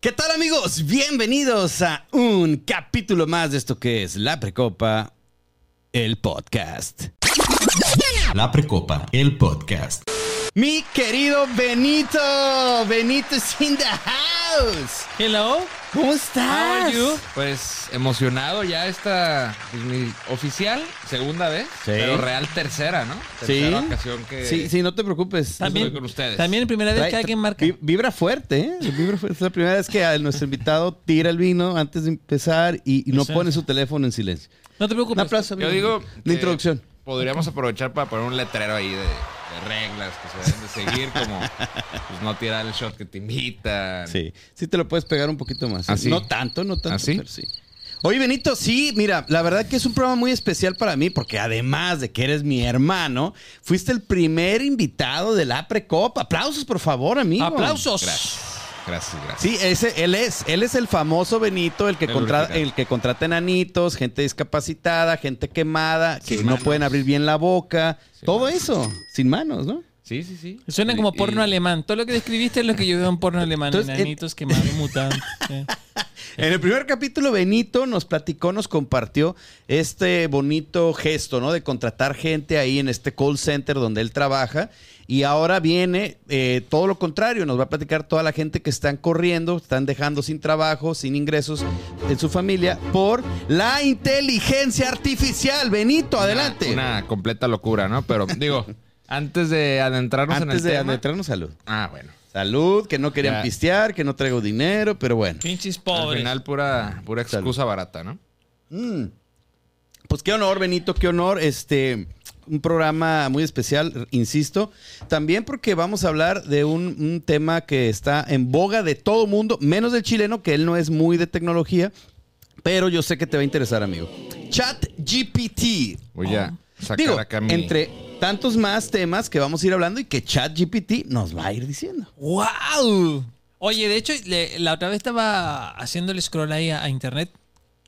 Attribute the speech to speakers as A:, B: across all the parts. A: ¿Qué tal amigos? Bienvenidos a un capítulo más de esto que es La Precopa, el podcast.
B: La Precopa, el podcast.
A: Mi querido Benito, Benito is in the house.
C: Hello,
A: ¿Cómo
C: how
A: estás?
C: are you?
D: Pues emocionado ya esta pues, mi oficial segunda vez, pero real tercera, ¿no? Tercera
A: Sí.
D: ocasión que
A: Sí, sí, no te preocupes.
C: También,
D: estoy con ustedes.
C: también primera vez
A: Trae-
C: que alguien marca.
A: vi- Vibra fuerte, ¿eh? Vibra fuerte. Es la primera vez que a nuestro invitado tira el vino antes de empezar y, y no
C: Exacto.
A: pone su teléfono en silencio.
C: No te
A: Un
C: preocupes.
A: aplauso.
D: Yo
A: amigo.
D: digo
A: La
D: que
A: introducción.
D: Podríamos aprovechar para poner un letrero ahí de, de reglas que se deben de seguir, como pues, no tirar el shot que te invitan.
A: Sí, sí te lo puedes pegar un poquito más. ¿eh?
D: ¿Ah, sí?
A: No tanto, no tanto,
D: ¿Ah, sí?
A: pero sí. Oye, Benito, sí, mira, la verdad que es un programa muy especial para mí porque además de que eres mi hermano, fuiste el primer invitado de la Precopa. Aplausos, por favor, amigo.
C: Aplausos.
D: Gracias, gracias, gracias.
A: Sí, ese, él es, él es el famoso Benito, el que,
D: El
A: contra,
D: huracán.
A: el que contrata enanitos, gente discapacitada, gente quemada, que
D: Sin
A: no
D: manos.
A: pueden abrir bien la boca,
D: Sin
A: todo
D: manos.
A: eso, sin manos, ¿no?
D: Sí, sí, sí.
C: Suena como
D: Y-
C: porno
D: y-
C: alemán. Todo lo que describiste es lo que yo veo en porno alemán.
A: Entonces,
C: Enanitos quemados, mutantes. eh. sí.
A: En el primer capítulo, Benito nos platicó, nos compartió este bonito gesto, ¿no? De contratar gente ahí en este call center donde él trabaja. Y ahora viene eh, todo lo contrario, nos va a platicar toda la gente que están corriendo, están dejando sin trabajo, sin ingresos en su familia por la inteligencia artificial. Benito, adelante.
D: Una, una completa locura, ¿no? Pero digo, antes de adentrarnos
A: Antes
D: en el
A: de
D: tema.
A: adentrarnos, salud.
D: Ah, bueno.
A: Salud, que no querían
D: Ya.
A: pistear, que no traigo dinero, pero bueno.
C: Pinches
D: Al
C: pobres.
D: final pura, pura excusa barata, ¿no?
A: Mm. Pues qué honor, Benito, qué honor. Este, un programa muy especial, insisto. También porque vamos a hablar de un, un tema que está en boga de todo mundo, menos del chileno, que él no es muy de tecnología, pero yo sé que te va a interesar, amigo. Chat GPT.
D: Voy a
C: Oh.
D: sacar
A: Digo,
D: acá mi...
A: entre tantos más temas que vamos a ir hablando y que Chat GPT nos va a ir diciendo.
C: ¡Wow! Oye, de hecho, le- la otra vez estaba haciendo el scroll ahí a, a internet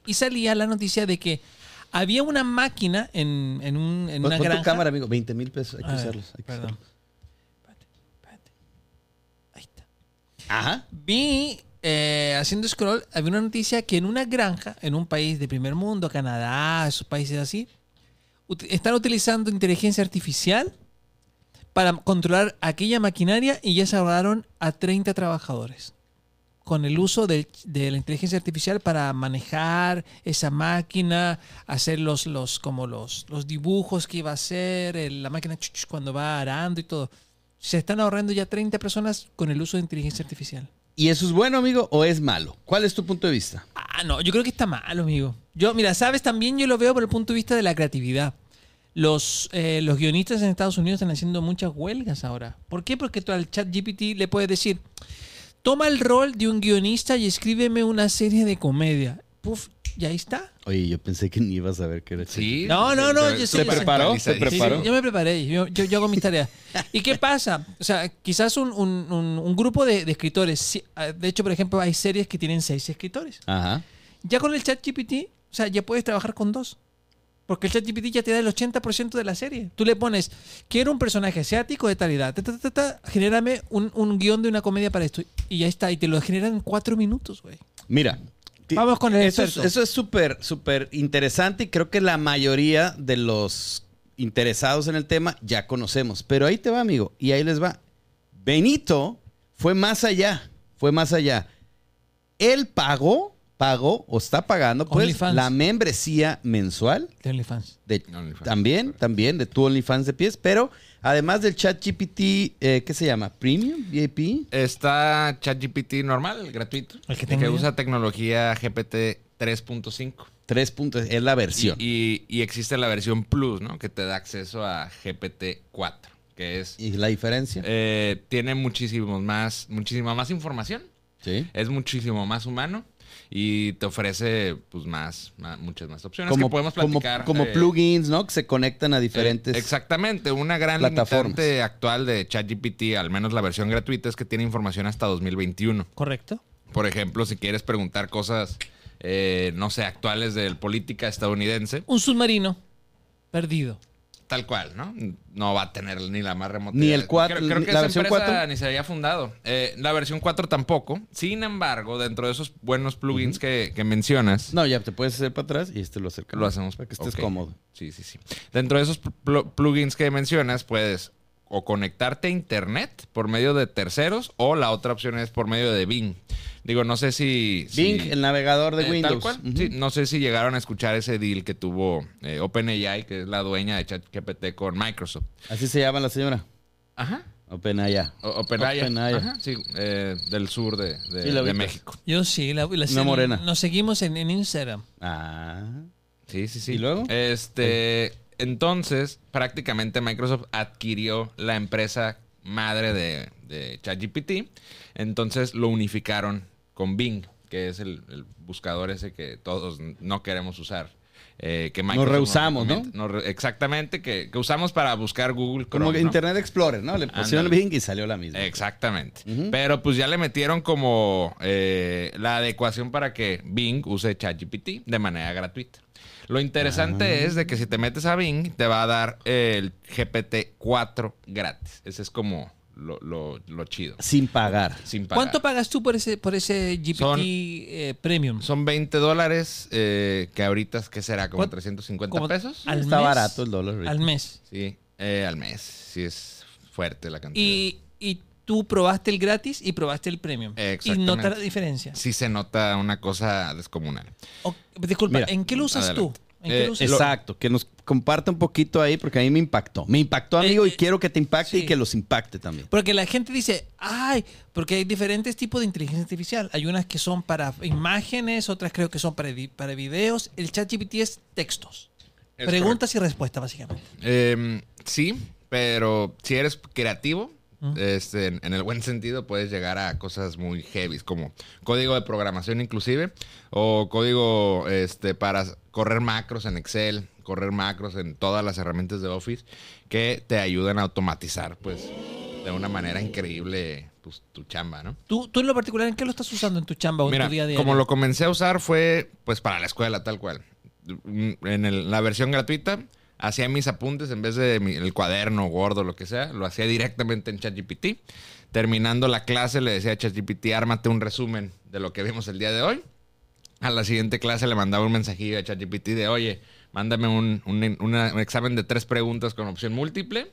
C: y salía la noticia de que había una máquina en, en, un, en
A: Pon-
C: una
A: Pues pon tu
C: granja.
A: cámara, amigo. 20 mil pesos. Hay
C: A
A: que
C: ver,
A: usarlos. hay que
C: perdón.
A: usarlos.
C: Espérate, espérate. Ahí está.
A: Ajá.
C: Vi, eh, haciendo scroll, había una noticia que en una granja, en un país de primer mundo, Canadá, esos países así, ut- están utilizando inteligencia artificial para controlar aquella maquinaria y ya se ahorraron a 30 trabajadores con el uso del- de, la inteligencia artificial para manejar esa máquina, hacer los, los, como los, los dibujos que iba a hacer, el- la máquina chuch, chuch, cuando va arando y todo. Se están ahorrando ya 30 personas con el uso de inteligencia artificial.
A: ¿Y eso es bueno, amigo, o es malo? ¿Cuál es tu punto de vista?
C: Ah, no, yo creo que está malo, amigo. Yo, mira, sabes, también yo lo veo por el punto de vista de la creatividad. Los, eh, los guionistas en Estados Unidos están haciendo muchas huelgas ahora. ¿Por qué? Porque tú al chat GPT le puedes decir, toma el rol de un guionista y escríbeme una serie de comedia. Puf, y ahí está.
A: Oye, yo pensé que ni ibas a ver que era
D: Sí.
C: No, no, no, yo sí,
D: ¿Se
C: yo sí.
D: preparó?
A: ¿Se
D: ¿Se
C: Sí, sí,
D: preparó?
C: yo me preparé, yo, yo- yo hago mis tareas. ¿Y qué pasa? O sea, quizás un, un- un- un grupo de, de escritores, sí, ah, de hecho, por ejemplo, hay series que tienen seis escritores.
A: Ajá.
C: Ya con el chat GPT, o sea, ya puedes trabajar con dos. Porque el chat GPT ya te da el 80% de la serie. Tú le pones, quiero un personaje asiático de tal edad, ta, ta, ta, ta, genérame un, un guión de una comedia para esto. Y ya está, y te lo generan en cuatro minutos, güey.
A: Mira. ti-
C: Vamos con el
A: eso es,
C: experto.
A: eso es súper, súper interesante y creo que la mayoría de los interesados en el tema ya conocemos. Pero ahí te va, amigo, y ahí les va. Benito fue más allá, fue más allá. Él pagó, pagó o está pagando pues
C: OnlyFans.
A: la membresía mensual
C: De OnlyFans.
A: de-
D: OnlyFans.
A: también, también de tu OnlyFans de pies, pero además del chat GPT, eh, ¿qué se llama? ¿Premium? ¿VIP?
D: Está ChatGPT normal, gratuito.
C: El que
D: El que,
C: tengo yo.
D: usa tecnología GPT 3.5.
A: Tres puntos, es la
D: Y,
A: versión.
D: y- y existe la versión Plus, ¿no? Que te da acceso a GPT 4, que es...
A: ¿Y la diferencia?
D: eh, tiene muchísimo más, muchísima más información.
A: sí.
D: Es muchísimo más humano. Y te ofrece, pues, más, más- muchas más opciones que podemos
A: como-
D: platicar.
A: Como,
D: eh,
A: plugins, ¿no? Que se conectan a diferentes.
D: Eh, Exactamente, una gran
A: plataformas.
D: limitante actual de ChatGPT, al menos la versión gratuita, es que tiene información hasta 2021.
C: ¿Correcto?
D: Por ejemplo, si quieres preguntar cosas, eh, no sé, actuales de política estadounidense,
C: Un submarino perdido.
D: tal cual, ¿no? No va a tener ni la más remota.
A: Ni
D: idea.
A: el cuatro-
D: Creo, creo que
A: la
D: esa
A: versión
D: empresa
A: cuatro.
D: ni se había fundado. Eh, la versión 4 tampoco. Sin embargo, dentro de esos buenos plugins que, que mencionas.
A: No, ya te puedes hacer para atrás y este lo acercamos.
D: Lo hacemos
A: para que estés
D: ok.
A: cómodo.
D: Sí, sí, sí. Dentro de esos pl- plugins que mencionas, puedes o conectarte a internet por medio de terceros o la otra opción es por medio de Bing. Digo, no sé si... si-
A: Bing, el navegador de
D: eh,
A: Windows.
D: Tal cual.
A: Ujú.
D: Sí, no sé si llegaron a escuchar ese deal que tuvo eh, OpenAI, que es la dueña de ChatGPT con Microsoft.
A: Así se llama la señora.
D: Ajá.
A: OpenAI.
D: O- OpenAI.
A: OpenAI.
D: Ajá, sí, eh, del sur de, de-
A: Sí, la
D: de
A: ubicas.
D: México.
C: Yo sí, la, la-
A: Una morena.
C: nos seguimos en, en Instagram.
A: Ah.
D: Sí, sí, sí.
A: ¿Y luego?
D: Este, entonces, prácticamente Microsoft adquirió la empresa madre de, de ChatGPT. Entonces lo unificaron con Bing, que es el, el buscador ese que todos no queremos usar. eh, que Microsoft
A: rehusamos, ¿no?
D: recomienda. Nos re- exactamente, que, que usamos para buscar Google Chrome.
A: Como
D: ¿no?
A: Internet Explorer, ¿no? Le pusieron
D: Ándale.
A: Bing y salió la misma.
D: Exactamente.
A: Ujú.
D: Pero pues ya le metieron como eh, la adecuación para que Bing use ChatGPT de manera gratuita. Lo interesante es de que si te metes a Bing, te va a dar el GPT-4 gratis. Ese es como lo, lo- lo chido.
A: Sin pagar.
D: Sin pagar.
C: ¿Cuánto pagas tú por ese, por ese GPT
D: Son-
C: eh, Premium?
D: Son 20 dólares, eh, que ahorita, ¿qué será? ¿Como
C: ¿Cuánto?
D: 350
C: Como
D: pesos?
C: al
A: Está
C: mes,
A: barato el dólar. ahorita.
C: Al mes.
D: Sí, eh, al mes. Sí, es fuerte la cantidad.
C: Y, y tú probaste el gratis y probaste el premium. Y
D: Exactamente.
C: notas la diferencia.
D: Sí se nota una cosa descomunal.
C: O- disculpa,
A: Mira.
C: ¿en qué lo usas
D: Adelante.
C: tú? ¿En qué
D: Eh,
C: lo usas?
A: Exacto, que nos comparta un poquito ahí porque a mí me impactó. Me impactó, amigo,
C: Eh,
A: y quiero que te impacte
C: sí.
A: y que los impacte también.
C: Porque la gente dice, ay, porque hay diferentes tipos de inteligencia artificial. Hay unas que son para imágenes, otras creo que son para, vi- para videos. El chat GPT es textos.
D: Es
C: preguntas y respuestas, básicamente.
D: Eh, sí, pero si eres creativo, este, en, en el buen sentido, puedes llegar a cosas muy heavy, como código de programación inclusive, o código este, para correr macros en Excel, correr macros en todas las herramientas de Office, que te ayudan a automatizar, pues, de una manera increíble, pues, tu chamba, ¿no?
C: ¿Tú, tú en lo particular, ¿en qué lo estás usando en tu chamba o en
D: Mira,
C: tu día a día?
D: como lo comencé a usar fue pues para la escuela, tal cual. Mm, En el- la versión gratuita hacía mis apuntes en vez de mi- el cuaderno gordo, lo que sea, lo hacía directamente en ChatGPT. Terminando la clase le decía a ChatGPT, ármate un resumen de lo que vimos el día de hoy. A la siguiente clase le mandaba un mensajillo a ChatGPT de, oye, mándame un, un- una- un examen de tres preguntas con opción múltiple.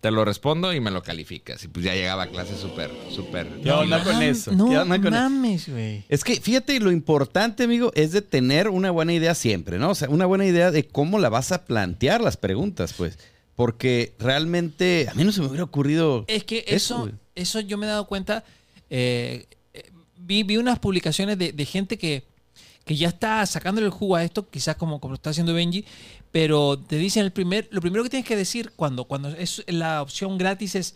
D: Te lo respondo y me lo calificas. Y pues ya llegaba a clase súper, súper.
A: ¿Qué onda con
C: Mam-
A: eso?
C: No
A: ¿Qué onda con eso?
C: mames, güey.
A: Es que fíjate, lo importante, amigo, es de tener una buena idea siempre, ¿no? O sea, una buena idea de cómo la vas a plantear las preguntas, pues. Porque realmente a mí no se me hubiera ocurrido.
C: Es que
A: Eso,
C: eso,
A: güey.
C: eso yo me he dado cuenta. eh, eh, vi, vi unas publicaciones de, de gente que, que ya está sacándole el jugo a esto, quizás como, como lo está haciendo Benji, pero te dicen el primer, lo primero que tienes que decir cuando, cuando es la opción gratis es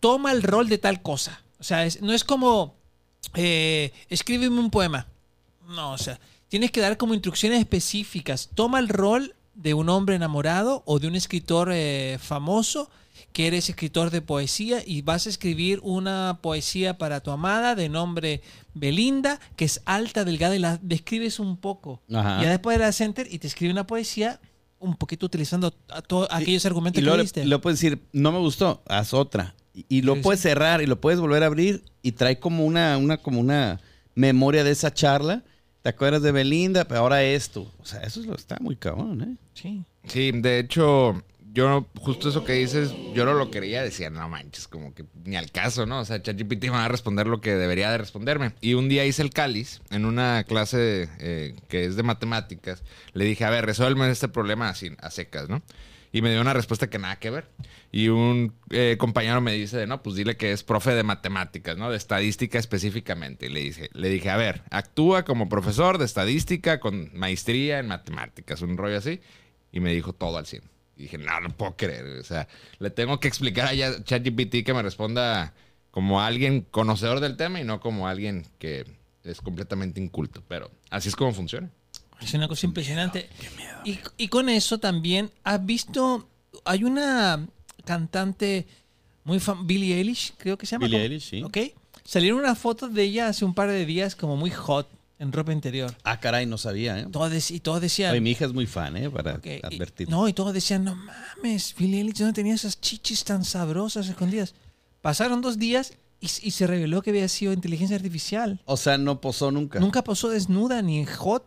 C: toma el rol de tal cosa. O sea, es- no es como eh, escríbeme un poema. No, o sea, tienes que dar como instrucciones específicas. Toma el rol de un hombre enamorado o de un escritor eh, famoso que eres escritor de poesía y vas a escribir una poesía para tu amada de nombre Belinda, que es alta, delgada y la describes un poco.
A: Ajá.
C: Ya después de la center y te escribe una poesía un poquito utilizando a todos aquellos argumentos
A: Y
C: que
A: luego
C: diste.
A: le, le puedes decir, no me gustó, haz otra. Y, y lo
C: Sí, sí.
A: puedes cerrar y lo puedes volver a abrir y trae como una, una, como una memoria de esa charla. ¿Te acuerdas de Belinda? Pero ahora esto. O sea, eso es lo- está muy cabrón, ¿eh?
C: Sí.
D: Sí, de hecho, yo justo eso que dices, yo no lo quería, decía, no manches, como que ni al caso, ¿no? O sea, ChatGPT me va a responder lo que debería de responderme. Y un día hice el cáliz en una clase eh, que es de matemáticas. Le dije, a ver, resuelve este problema así, a secas, ¿no? Y me dio una respuesta que nada que ver. Y un eh, compañero me dice, de, no, pues dile que es profe de matemáticas, ¿no? De estadística específicamente. Y le dije, le dije, a ver, actúa como profesor de estadística con maestría en matemáticas, un rollo así. Y me dijo todo al 100. Y dije, no, no puedo creer. O sea, le tengo que explicar a ya- ChatGPT que me responda como alguien conocedor del tema y no como alguien que es completamente inculto. Pero así es como funciona.
C: Es una cosa impresionante. y, y con eso también, ¿has visto? Hay una cantante muy fan, Billie Eilish, creo que se llama.
A: Billie
C: ¿cómo?
A: Eilish, sí.
C: Ok. Salieron unas fotos de ella hace un par de días como muy hot. en ropa interior.
A: Ah, caray, no sabía, ¿eh?
C: Todos dec- y todos decían.
A: Oye, mi hija es muy fan, ¿eh? Para
C: Ok, y-
A: advertir.
C: no, y todos decían, no mames, Billie Eilish no tenía esas chichis tan sabrosas escondidas. Pasaron dos días y, s- y se reveló que había sido inteligencia artificial.
A: O sea, no posó nunca.
C: Nunca pasó desnuda ni en hot.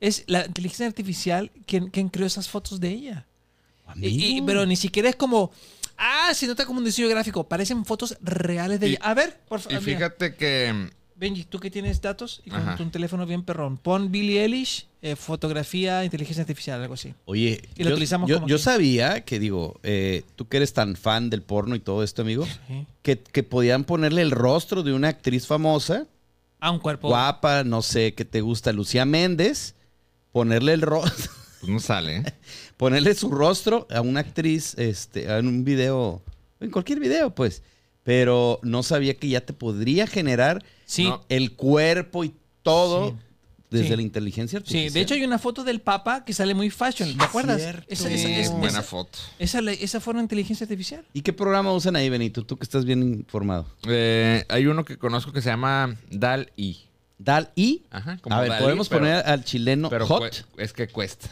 C: Es la inteligencia artificial quien, quien creó esas fotos de ella. Y- y-
A: Amigo.
C: pero ni siquiera es como, ah, se nota como un diseño gráfico. Parecen fotos reales de
D: Y-
C: ella. A ver, por
D: Y
C: favor.
D: fíjate que
C: Benji, tú que tienes datos y con
D: Ajá.
C: tu teléfono bien perrón, pon Billie Eilish, eh, fotografía, inteligencia artificial, algo así.
A: Oye,
C: Y lo
A: yo,
C: utilizamos
A: yo-
C: como
A: yo
C: aquí.
A: sabía que, digo, eh, tú que eres tan fan del porno y todo esto, amigo,
C: Sí.
A: que, que podían ponerle el rostro de una actriz famosa,
C: A un cuerpo.
A: guapa, no sé, que te gusta, Lucía Méndez, ponerle el rostro,
D: pues, no sale. ¿eh?
A: ponerle su rostro a una actriz, este, en un video, en cualquier video, pues. Pero no sabía que ya te podría generar
C: Sí,
D: No.
A: el cuerpo y todo
C: Sí.
A: desde
C: Sí.
A: la inteligencia
C: sí.
A: artificial.
C: De hecho, hay una foto del Papa que sale muy fashion. ¿Te acuerdas?
A: cierto.
C: Esa,
D: Sí,
C: esa-
D: es
C: esa-
D: buena
C: esa-
D: foto.
C: esa la- esa fue una inteligencia artificial.
A: ¿Y qué programa usan ahí, Benito? Tú que estás bien informado.
D: Eh, hay uno que conozco que se llama Dal I.
A: Dal y.
D: Ajá,
A: a ver,
D: Dalí,
A: podemos
D: pero-
A: poner al chileno
D: pero
A: hot.
D: cue- es que cuesta.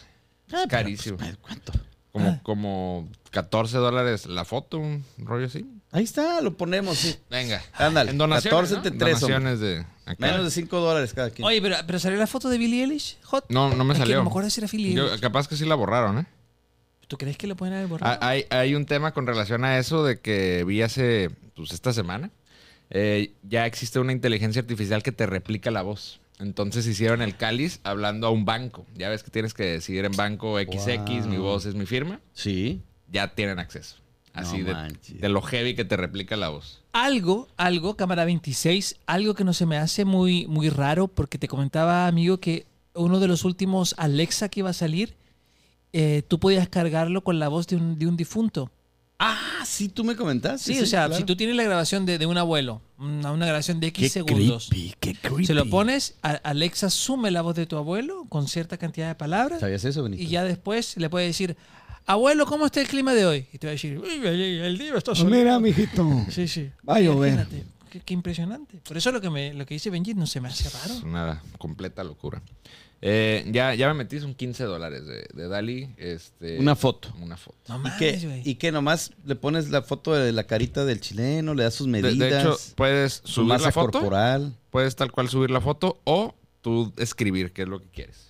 A: Ah, pero,
D: carísimo.
A: pues, ¿Cuánto?
D: Como,
C: Ah.
D: como 14 dólares la foto, un rollo así.
A: Ahí está, lo ponemos, sí.
D: Venga.
A: Ándale,
D: En donaciones.
A: 14
D: ¿no?
A: te tres,
D: Donaciones de acá.
A: Menos de 5 dólares cada quien.
C: Oye, pero, pero salió la foto de Billie Eilish, hot.
D: No, no me
C: Es que
D: salió.
C: no me acuerdo si era Billie
D: Yo-
C: Eilish.
D: capaz que sí la borraron, ¿eh?
C: ¿Tú crees que lo pueden haber borrado?
D: Ah, Hay, hay un tema con relación a eso de que vi hace, pues esta semana, eh, ya existe una inteligencia artificial que te replica la voz. Entonces hicieron el cáliz hablando a un banco. Ya ves que tienes que decidir en banco XX,
A: Wow.
D: mi voz es mi firma.
A: Sí.
D: Ya tienen acceso. Así
A: No
D: de-
A: manches.
D: de lo heavy que te replica la voz.
C: Algo, algo, cámara 26, algo que no se me hace muy, muy raro, porque te comentaba, amigo, que uno de los últimos Alexa que iba a salir, eh, tú podías cargarlo con la voz de un, de un difunto.
A: Ah, sí, tú me comentaste.
C: Sí, o sea,
A: claro.
C: si tú tienes la grabación de, de un abuelo, una, una grabación de X
A: Qué
C: segundos,
A: creepy, qué creepy.
C: se lo pones, a- Alexa sume la voz de tu abuelo con cierta cantidad de palabras
A: ¿Sabías eso, Benito?
C: y ya después le puedes decir, abuelo, ¿cómo está el clima de hoy? Y te va a decir, "Uy, ay, ay, el día está soleado".
E: Pues Mira, mijito.
C: Sí, sí.
E: Va a llover.
C: Imagínate, Qué, qué impresionante. Por eso lo que me lo que dice Benji no se me hace
D: Es
C: raro.
D: una completa locura. Eh, ya, ya me metí, son 15 dólares de, de Dali. Este,
A: Una foto.
D: Una foto.
C: No
A: ¿Y
C: mames,
A: que,
C: güey.
A: y que nomás le pones la foto de la carita del chileno, le das sus
D: De,
A: medidas,
D: de hecho, puedes
A: su
D: subir
A: masa
D: la foto.
A: corporal.
D: Puedes tal cual subir la foto o tú escribir qué es lo que quieres.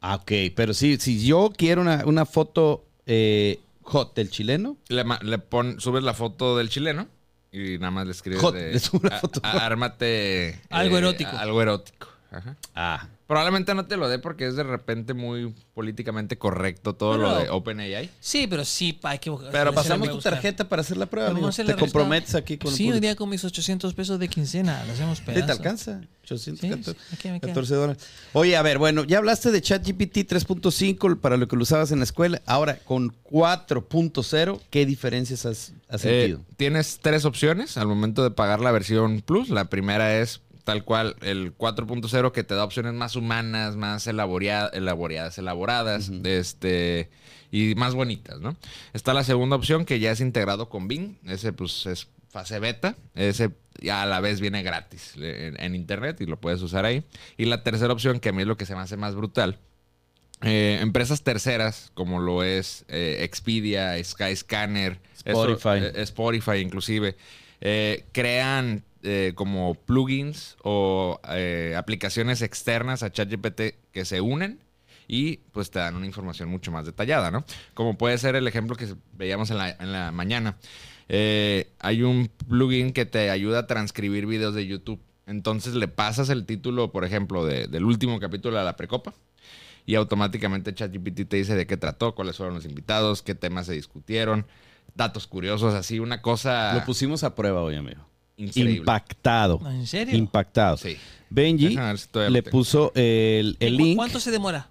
A: Ah, ok. Pero sí, si yo quiero una, una foto eh, hot del chileno,
D: Le, ma- le pon, subes la foto del chileno y nada más le escribes.
A: Hot,
D: de-
A: le subo una
D: a-
A: foto.
D: a- ármate.
C: Algo erótico.
D: a- Algo erótico. Ajá.
A: ah,
D: Probablemente no te lo dé porque es de repente muy políticamente correcto todo lo
C: Pero-
D: de OpenAI.
C: Sí, pero sí, pa, hay que buscar-
D: Pero
C: hacerle
A: pasamos tu
C: buscar.
A: tarjeta para hacer la prueba,
C: Vamos a
A: amigo.
C: hacer la
A: Te
C: resta-
A: comprometes aquí con el
C: Sí, hoy
A: público.
C: día con mis 800 pesos de quincena, lo hacemos
A: Sí,
C: pedazo.
A: te alcanza.
C: Sí,
A: 814
C: sí, me queda, me queda.
A: 14 dólares. Oye, a ver, bueno, ya hablaste de ChatGPT 3.5 para lo que lo usabas en la escuela. Ahora, con 4.0, ¿qué diferencias has, has
D: Eh,
A: sentido?
D: tienes tres opciones al momento de pagar la versión Plus. La primera es tal cual el 4.0 que te da opciones más humanas, más elaborea- elaboradas, elaboradas, este y más bonitas, ¿no? Está la segunda opción que ya es integrado con Bing, ese pues es fase beta, ese y a la vez viene gratis eh, en, en internet y lo puedes usar ahí. Y la tercera opción que a mí es lo que se me hace más brutal eh, empresas terceras, como lo es eh, Expedia, Skyscanner, eso-
A: Spotify.
D: eh, Spotify inclusive, eh, crean eh, como plugins o eh, aplicaciones externas a ChatGPT que se unen y pues te dan una información mucho más detallada, ¿no? Como puede ser el ejemplo que veíamos en la, en la mañana. Eh, hay un plugin que te ayuda a transcribir videos de YouTube. Entonces le pasas el título, por ejemplo, de- del último capítulo a la precopa y automáticamente ChatGPT te dice de qué trató, cuáles fueron los invitados, qué temas se discutieron, datos curiosos, así una cosa
A: ah. lo pusimos a prueba hoy, amigo.
D: increíble.
A: Impactado.
C: No, ¿En serio?
A: Impactado.
D: Sí.
A: Benji
D: Déjame ver si todavía
A: le
D: lo tengo.
A: puso el, el
C: ¿Y cu-
A: link.
C: ¿Cuánto se demora?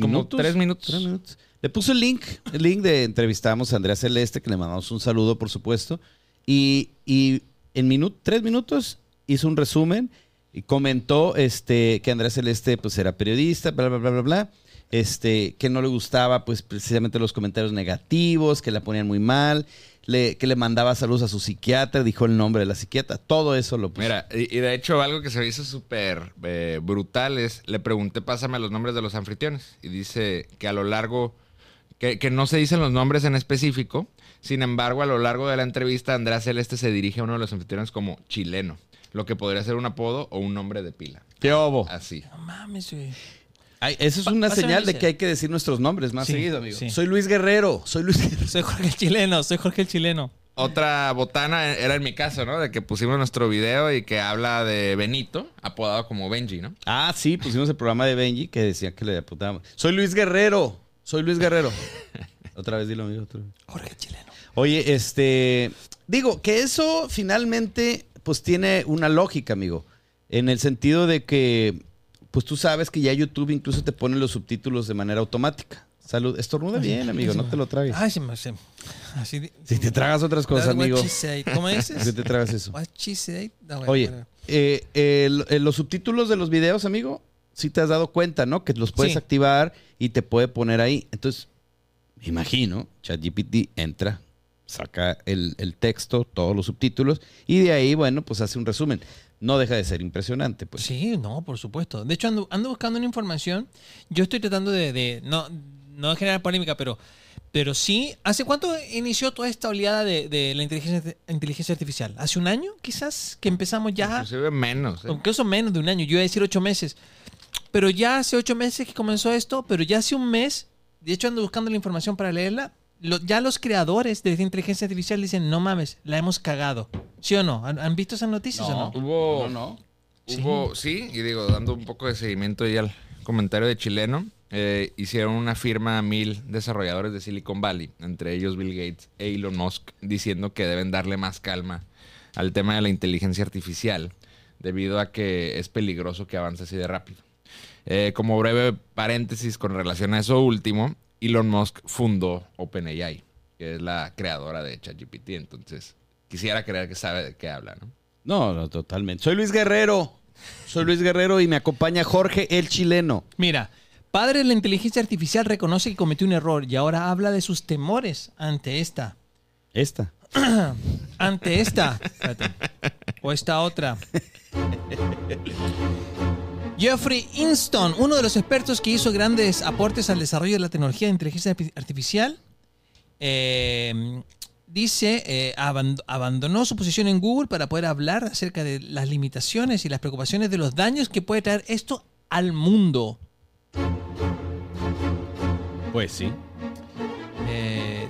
D: Como tres minutos.
A: Tres minutos. Le puso el link, el link de entrevistamos a Andrea Celeste, que le mandamos un saludo, por supuesto. Y, y en minu- tres minutos hizo un resumen y comentó este, que Andrea Celeste pues, era periodista, bla, bla, bla, bla, bla. este, que no le gustaba, pues precisamente los comentarios negativos, que la ponían muy mal, le- que le mandaba saludos a su psiquiatra, dijo el nombre de la psiquiatra, todo eso lo puso.
D: Mira, y, y de hecho algo que se me hizo súper eh, brutal es, le pregunté, pásame los nombres de los anfitriones. Y dice que a lo largo, que, que no se dicen los nombres en específico. Sin embargo, a lo largo de la entrevista, Andrea Celeste se dirige a uno de los anfitriones como chileno. Lo que podría ser un apodo o un nombre de pila.
A: ¿Qué obo?
D: Así.
C: No mames, güey.
A: Ay, eso es
C: Pa-
A: una
C: pásame
A: señal de
C: ese.
A: que hay que decir nuestros nombres más
C: Sí,
A: seguido, amigo.
C: sí.
A: Soy Luis Guerrero, soy Luis Guerrero.
C: Soy Jorge el chileno, soy Jorge el chileno.
D: Otra botana era en mi caso, ¿no? De que pusimos nuestro video y que habla de Benito, apodado como Benji, ¿no?
A: Ah, sí, pusimos el programa de Benji que decía que le apuntábamos. Soy Luis Guerrero, soy Luis Guerrero. otra vez dilo, amigo. Otra vez.
C: Jorge el chileno.
A: Oye, este, digo que eso finalmente pues tiene una lógica, amigo, en el sentido de que pues tú sabes que ya YouTube incluso te pone los subtítulos de manera automática. Salud, estornuda bien, amigo, no te lo tragues.
C: Ay, se me... se- así de-
A: Si te tragas otras cosas,
C: That's what
A: amigo.
C: she said. ¿Cómo
A: Si
C: dices?
A: te tragas eso.
C: What she said. No, güey,
A: Oye,
C: espera.
A: eh, el- el- los subtítulos de los videos, amigo, sí te has dado cuenta, ¿no? Que los puedes
C: Sí.
A: activar y te puede poner ahí. Entonces, me imagino, ChatGPT entra, saca el, el texto, todos los subtítulos, y de ahí, bueno, pues hace un resumen. No deja de ser impresionante, pues.
C: Sí, no, por supuesto. De hecho, ando, ando buscando una información. Yo estoy tratando de, de- no, no de generar polémica, pero, pero sí. ¿Hace cuánto inició toda esta oleada de, de la inteligencia, inteligencia artificial? ¿Hace un año, quizás, que empezamos ya?
D: Inclusive menos. ¿eh?
C: Aunque eso menos de un año, yo iba a decir ocho meses. Pero ya hace ocho meses que comenzó esto, pero ya hace un mes, de hecho ando buscando la información para leerla, lo- ya los creadores de esta inteligencia artificial dicen, no mames, la hemos cagado. ¿Sí o no? ¿Han, han visto esas noticias o no?
D: Hubo,
A: No, no.
D: Hubo, sí, y digo, dando un poco de seguimiento ahí al comentario de chileno, eh, hicieron una firma a mil desarrolladores de Silicon Valley, entre ellos Bill Gates e Elon Musk, diciendo que deben darle más calma al tema de la inteligencia artificial, debido a que es peligroso que avance así de rápido. Eh, como breve paréntesis con relación a eso último, Elon Musk fundó OpenAI, que es la creadora de ChatGPT, entonces quisiera creer que sabe de qué habla, ¿no?
A: No, no, totalmente. Soy Luis Guerrero. Soy Luis Guerrero y me acompaña Jorge el chileno.
C: Mira, padre de la inteligencia artificial reconoce que cometió un error y ahora habla de sus temores ante esta.
A: Esta.
C: Ante esta. Espérate. O esta otra. Jeffrey Inston, uno de los expertos que hizo grandes aportes al desarrollo de la tecnología de inteligencia arti- artificial, eh, dice, eh, aband- abandonó su posición en Google para poder hablar acerca de las limitaciones y las preocupaciones de los daños que puede traer esto al mundo.
A: Pues sí.
C: Eh,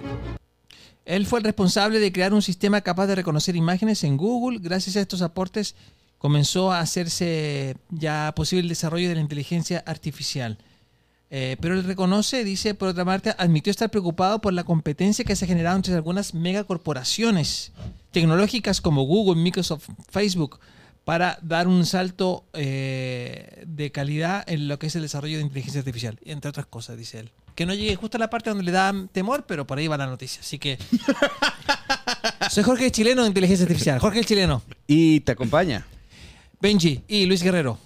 C: él fue el responsable de crear un sistema capaz de reconocer imágenes en Google. Gracias a estos aportes comenzó a hacerse ya posible el desarrollo de la inteligencia artificial. Eh, pero él reconoce, dice, por otra parte, admitió estar preocupado por la competencia que se ha generado entre algunas megacorporaciones tecnológicas como Google, Microsoft, Facebook, para dar un salto eh, de calidad en lo que es el desarrollo de inteligencia artificial, entre otras cosas, dice él. Que no llegue justo a la parte donde le da temor, pero por ahí va la noticia. Así que... Soy Jorge el Chileno de Inteligencia Artificial. Jorge el Chileno,
A: Y te acompaña.
C: Benji y Luis Guerrero.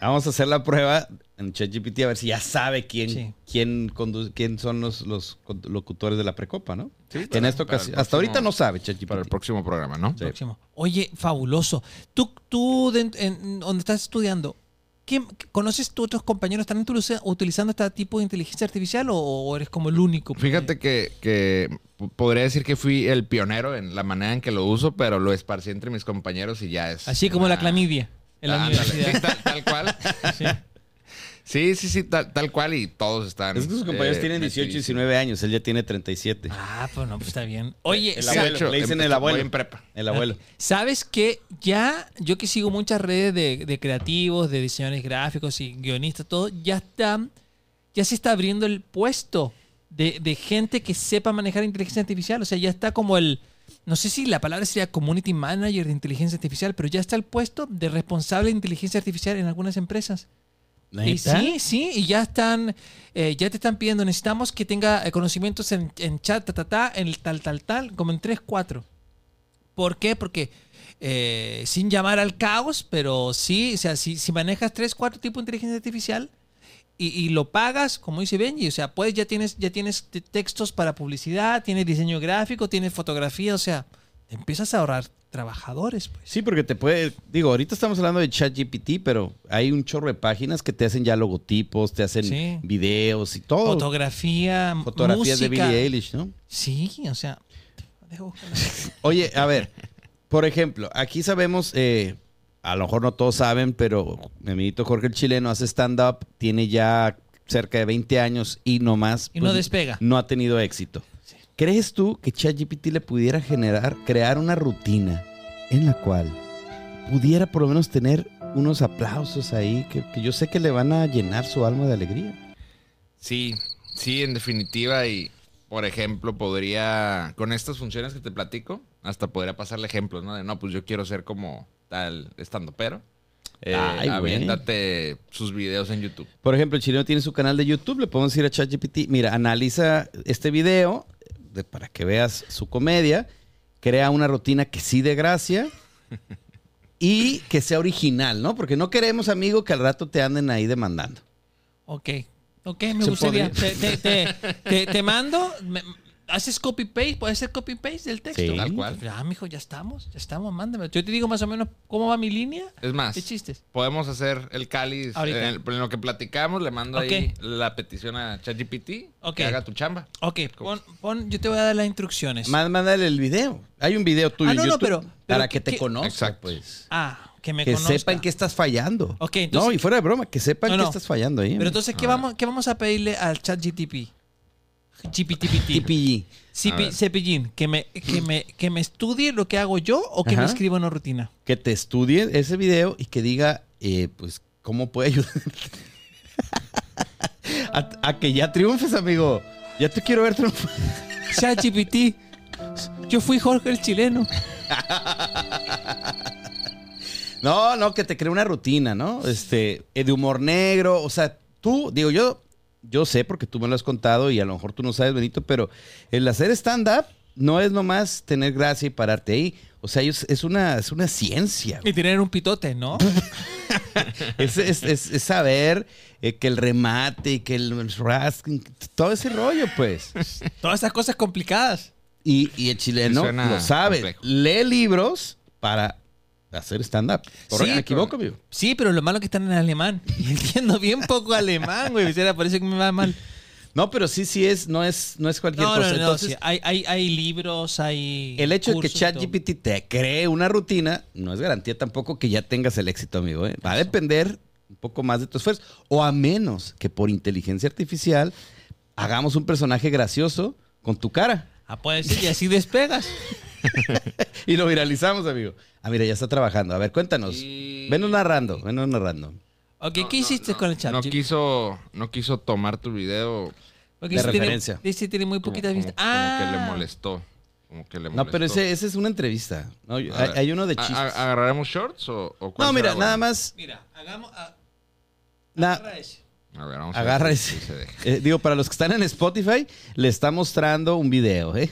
A: Vamos a hacer la prueba en ChatGPT a ver si ya sabe quién,
C: Sí.
A: quién, condu- quién son los, los con- locutores de la precopa, ¿no?
D: Sí,
A: en esta
D: para- para el
A: ocasión.
D: próximo-
A: Hasta ahorita no sabe ChatGPT.
D: Para el próximo programa, ¿no?
A: Sí.
C: Próximo. Oye, fabuloso. Tú, tú de- en- donde estás estudiando, ¿quién, ¿conoces tú otros compañeros también utiliza- utilizando este tipo de inteligencia artificial o, o eres como el único?
D: Fíjate que, que p- podría decir que fui el pionero en la manera en que lo uso, pero lo esparcí entre mis compañeros y ya es.
C: Así como la
A: Ah.
D: una-
C: clamidia en la
D: Ah, ándale. Sí,
C: universidad.
D: tal, tal cual. Sí, sí, sí, tal, tal cual y todos están.
A: Es que sus compañeros
D: eh,
A: tienen 18 y
D: metidísimos.
A: 19 años, él ya tiene 37.
C: Ah, pues no, pues está bien. Oye,
A: El
C: sa-
A: abuelo, le dicen
D: empezó-
A: el abuelo.
D: voy en prepa.
A: El abuelo.
C: ¿sabes que Ya, yo que sigo muchas redes de, de creativos, de diseñadores gráficos y guionistas, todo, ya está, ya se está abriendo el puesto de, de gente que sepa manejar inteligencia artificial. O sea, ya está como el, no sé si la palabra sería community manager de inteligencia artificial, pero ya está el puesto de responsable de inteligencia artificial en algunas empresas. Y
A: ¿Neta?
C: sí, sí, y ya están, eh, ya te están pidiendo, necesitamos que tenga eh, conocimientos en, en chat, ta, ta, ta, en el tal, tal, tal, como en 3, 4. ¿Por qué? Porque eh, sin llamar al caos, pero sí, o sea, si, si manejas 3, 4 tipos de inteligencia artificial y, y lo pagas, como dice Benji, o sea, pues ya tienes, ya tienes te- textos para publicidad, tienes diseño gráfico, tienes fotografía, o sea, te empiezas a ahorrar trabajadores, pues.
A: Sí, porque te puede, digo, ahorita estamos hablando de ChatGPT, pero hay un chorro de páginas que te hacen ya logotipos, te hacen
C: Sí.
A: videos y todo.
C: Fotografía,
A: Fotografías de
C: música.
A: Billie Eilish, ¿no?
C: Sí, o sea, dejo-
A: Oye, a ver, por ejemplo, aquí sabemos, eh, a lo mejor no todos saben, pero mi amiguito Jorge el Chileno hace stand-up, tiene ya cerca de 20 años y no más. pues,
C: Y no despega.
A: No ha tenido éxito.
C: Sí.
A: ¿Crees tú que ChatGPT le pudiera generar, crear una rutina en la cual pudiera por lo menos tener unos aplausos ahí que, que yo sé que le van a llenar su alma de alegría?
D: Sí, sí, en definitiva. Y, por ejemplo, podría, con estas funciones que te platico, hasta podría pasarle ejemplos, ¿no? De, no, pues yo quiero ser como tal estando, pero. Eh,
A: Ay, güey.
D: aviéntate sus videos en YouTube.
A: Por ejemplo, el chileno tiene su canal de YouTube, le podemos decir a ChatGPT, mira, analiza este video de- para que veas su comedia, crea una rutina que sí de gracia y que sea original, ¿no? Porque no queremos, amigo, que al rato te anden ahí demandando.
C: ok, ok, me
A: Se podría.
C: gustaría. Te, te- te- te- te mando, me- haces copy-paste, puedes hacer copy-paste del texto.
A: Sí.
D: Tal cual.
C: Ya, mijo, ya estamos, ya estamos, mándame. Yo te digo más o menos cómo va mi línea.
D: Es más,
C: ¿Qué chistes?
D: podemos hacer el cáliz
C: Ahorita.
D: eh, en, lo que platicamos. Le mando ahí
C: Ok.
D: la petición a ChatGPT
C: Ok.
D: que haga tu chamba.
C: Ok, pon, pon- yo te voy a dar las instrucciones.
A: Má- Mándale el video. Hay un video tuyo
C: Ah,
A: en
C: no, no,
A: YouTube
C: pero- pero
A: para
C: que-
A: que te
C: que-
A: conozcan.
D: Exacto.
A: pues.
C: ah, que me
A: Que
C: conozca.
A: sepan que estás fallando.
C: Ok, entonces-
A: no, y fuera de broma, que sepan
C: No,
A: que
C: no.
A: estás fallando ahí.
C: Pero entonces, ¿qué vamos, ¿qué vamos a pedirle al chat GTP? GPTPT.
A: TPG.
D: A
C: Cipi-
D: ver.
C: Cepillín, que me, que, me, que me estudie lo que hago yo o que me
A: Ajá.
C: escriba una rutina.
A: que te estudie ese video y que diga, eh, pues, cómo puede ayudar a, a que ya triunfes, amigo. Ya te quiero ver triunfar.
C: ChatGPT, yo fui Jorge el chileno.
A: No, no, que te cree una rutina, ¿no? Este, eh, de humor negro. O sea, tú, digo, yo, yo sé porque tú me lo has contado y a lo mejor tú no sabes, Benito, pero el hacer stand-up no es nomás tener gracia y pararte ahí. O sea, es, es una, es una ciencia.
C: Y tener un pitote, ¿no?
A: Es, es- es- es saber eh, que el remate y que el rasking, todo ese rollo, pues.
C: Todas esas cosas complicadas.
A: Y, y el chileno
D: Sí, suena
A: lo sabe.
D: complejo.
A: Lee libros para hacer stand-up.
C: Sí,
A: ¿Me equivoco, amigo?
C: Sí, pero lo malo que están en alemán. Y entiendo bien poco alemán, güey. O sea, Por eso que me va mal.
A: No, pero sí, sí es, no es, no es cualquier
C: No, no,
A: cosa.
C: no.
A: Entonces,
C: sí, hay, hay, hay libros, hay.
A: el hecho de que
C: cursos y todo.
A: ChatGPT te cree una rutina no es garantía tampoco que ya tengas el éxito, amigo. ¿eh? Va a depender un poco más de tu esfuerzo. O a menos que por inteligencia artificial hagamos un personaje gracioso con tu cara.
C: Ah, puede ser, y así despegas.
A: Y lo viralizamos, amigo. Ah, mira, ya está trabajando. A ver, cuéntanos.
D: Y-
A: Venos narrando, venos narrando.
C: Ok, ¿qué hiciste con el chat?
D: No
C: Jim?
D: quiso, no quiso tomar tu video.
C: Porque
A: de
C: ese tiene-
A: referencia.
C: ese tiene muy
D: Como-
C: poquitas
D: como-
C: vistas.
D: como
C: Ah,
D: que le molestó. Como que le molestó.
A: No, pero ese, ese es una entrevista. No, yo-
D: A
A: hay,
D: ver,
A: hay uno de
D: ¿a- a-
A: chistes.
D: ¿Agarraremos shorts o, o cuál
A: no, mira,
D: será bueno?
A: nada más.
C: Mira, hagamos. a-
A: na-
C: agarra ese.
D: A ver, vamos a ver
A: agarra
D: si-
A: ese.
D: si se deja.
A: eh, digo, para los que están en Spotify, le está mostrando un video, ¿eh?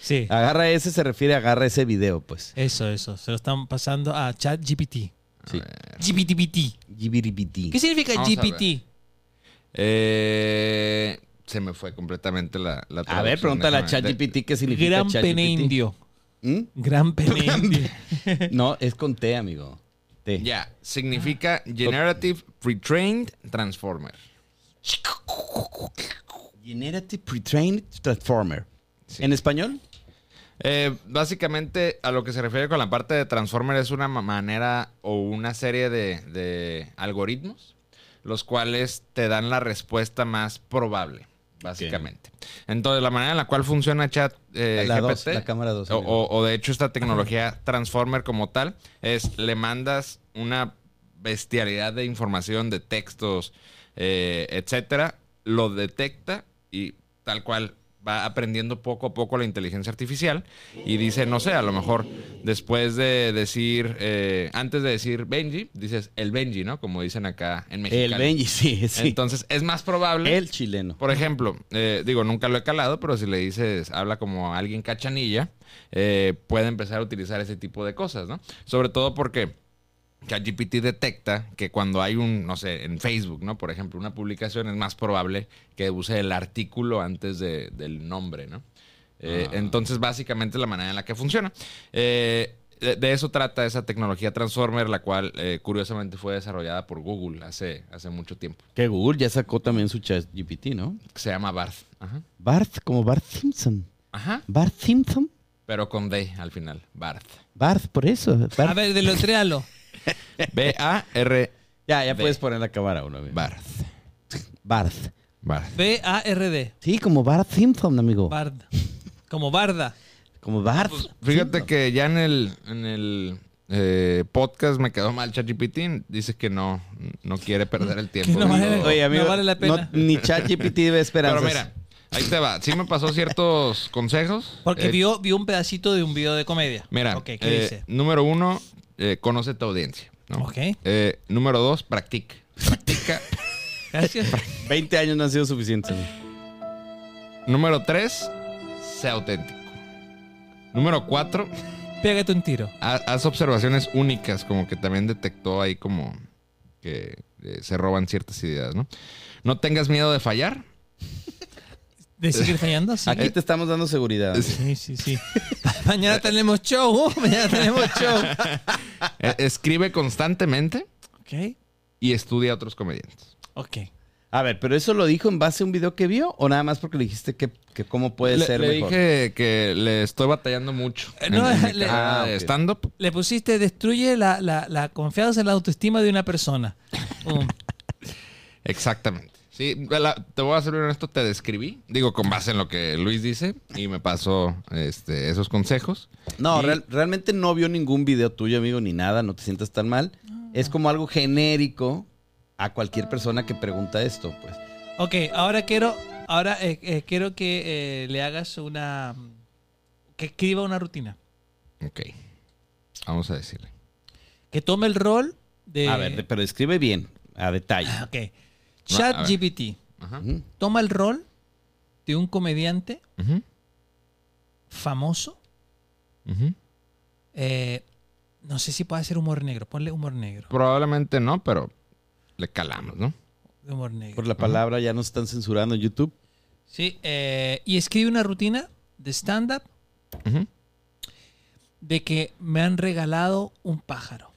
C: Sí.
A: Agarra ese, se refiere a agarra ese video, pues.
C: Eso, eso. Se lo están pasando a ChatGPT.
A: Sí.
C: GPTPT.
A: Yibiribiti.
C: ¿Qué significa
D: Vamos a
C: GPT?
D: Eh, se me fue completamente la, la
A: A ver,
D: traducción,
A: pregúntale a
D: déjame- de-
A: ChatGPT qué significa
C: Gran
A: ChatGPT.
C: pene indio.
A: ¿Mm?
C: Gran pene indio.
A: No, es con T, amigo. T.
D: Ya, significa Generative Retrained Transformer.
A: Generative Pre-trained Transformer.
D: Sí.
A: ¿En español?
D: Eh, básicamente, a lo que se refiere con la parte de Transformer es una ma- manera o una serie de, de algoritmos los cuales te dan la respuesta más probable, básicamente. Entonces, la manera en la cual funciona Chat eh,
A: La dos,
D: GPT,
A: la cámara dos,
D: o,
A: amigo.
D: o- o de hecho esta tecnología Transformer como tal, es le mandas una bestialidad de información, de textos, eh, etcétera, lo detecta y tal cual va aprendiendo poco a poco la inteligencia artificial y dice, no sé, a lo mejor después de decir, eh, antes de decir Benji, dices el Benji, ¿no? Como dicen acá en México.
A: El Benji, sí, sí.
D: Entonces es más probable.
A: El chileno.
D: Por ejemplo, eh, digo, nunca lo he calado, pero si le dices, habla como alguien cachanilla, eh, puede empezar a utilizar ese tipo de cosas, ¿no? Sobre todo porque ChatGPT detecta que cuando hay un, no sé, en Facebook, ¿no? Por ejemplo, una publicación es más probable que use el artículo antes de- del nombre, ¿no? Eh, Entonces, básicamente es la manera en la que funciona. Eh, de, de eso trata esa tecnología Transformer, la cual eh, curiosamente fue desarrollada por Google hace, hace mucho tiempo.
A: Que Google ya sacó también su chat GPT, ¿no?
D: que Se llama Barth. Ajá.
A: Bart, como Bart Simpson.
D: Ajá.
A: Bart Simpson.
D: Pero con D al final. Barth.
A: Bart, por eso. Bart.
C: A ver, deletréalo.
D: B-A-R.
A: ya, ya
D: Ve.
A: puedes poner la cámara uno. amigo.
D: Barth.
A: Bart.
D: Barth.
C: B-A-R-D.
A: Sí, como Bart Simpson, amigo.
C: Bard. Como barda.
A: Como Bart.
C: Pues,
D: Pues, Fíjate
A: Simpson.
D: que ya en el, en el eh, podcast me quedó mal ChatGPT. Dice que no, no quiere perder el tiempo.
C: no vale-
D: viendo-
A: Oye, amigo,
C: No vale la pena.
A: no- ni ChatGPT ve
D: Pero
A: esperanzas.
D: mira, ahí te va. Sí me pasó ciertos consejos.
C: Porque
D: Eh,
C: vio, vio un pedacito de un video de comedia.
D: Mira,
C: Ok, ¿qué
D: eh,
C: dice?
D: número uno, eh, conoce tu audiencia. ¿no?
C: Ok.
D: Eh, número dos, practica. Practica.
C: Gracias.
A: 20 años no han sido suficientes. amigo.
D: número tres, sea auténtico. Número cuatro,
C: Pégate un tiro.
D: ha- haz observaciones únicas, como que también detectó ahí como que eh, se roban ciertas ideas, ¿no? No tengas miedo de fallar.
C: ¿De seguir fallando? Sí.
A: Aquí te estamos dando seguridad. amigo.
C: Sí, sí, sí. mañana tenemos show. uh, mañana tenemos show.
A: Ah,
D: Eh, escribe constantemente
C: Ok.
D: y estudia a otros comediantes.
C: Ok.
A: A ver, ¿pero eso lo dijo en base a un video que vio o nada más porque le dijiste que, que cómo puede
D: le
A: ser
D: le
A: mejor?
D: dije que le estoy batallando mucho.
C: Eh,
D: en-
C: no,
D: en mi
C: le-
D: carrera
A: Ah,
D: de
A: ok.
D: stand-up.
C: Le pusiste destruye la, la, la confianza en la autoestima de una persona. Um,
D: Exactamente. Sí, la- te voy a ser honesto, te describí, digo, con base en lo que Luis dice y me pasó este, esos consejos.
A: No,
D: Y-
A: real- realmente no vio ningún video tuyo, amigo, ni nada, no te sientas tan mal.
C: Ah.
A: Es como algo genérico a cualquier persona que pregunta esto, pues.
C: ok, ahora quiero, ahora, eh, eh, quiero que eh, le hagas una... Que escriba una rutina.
D: Ok, vamos a decirle.
C: Que tome el rol de... Ah,
A: A ver, pero escribe bien, a detalle.
C: Ok.
D: No, a
C: Chat
D: ver.
C: GPT.
D: Ajá.
A: Ujú.
C: Toma el rol de un comediante
D: Ujú,
C: famoso.
D: ujú.
C: eh, no sé si puede hacer humor negro. Ponle humor negro.
D: Probablemente no, pero le calamos, ¿no?
C: Humor negro.
A: Por la palabra ya nos están censurando en YouTube.
C: Sí, eh, y escribe una rutina de stand-up
D: Ujú.
C: de que me han regalado un pájaro.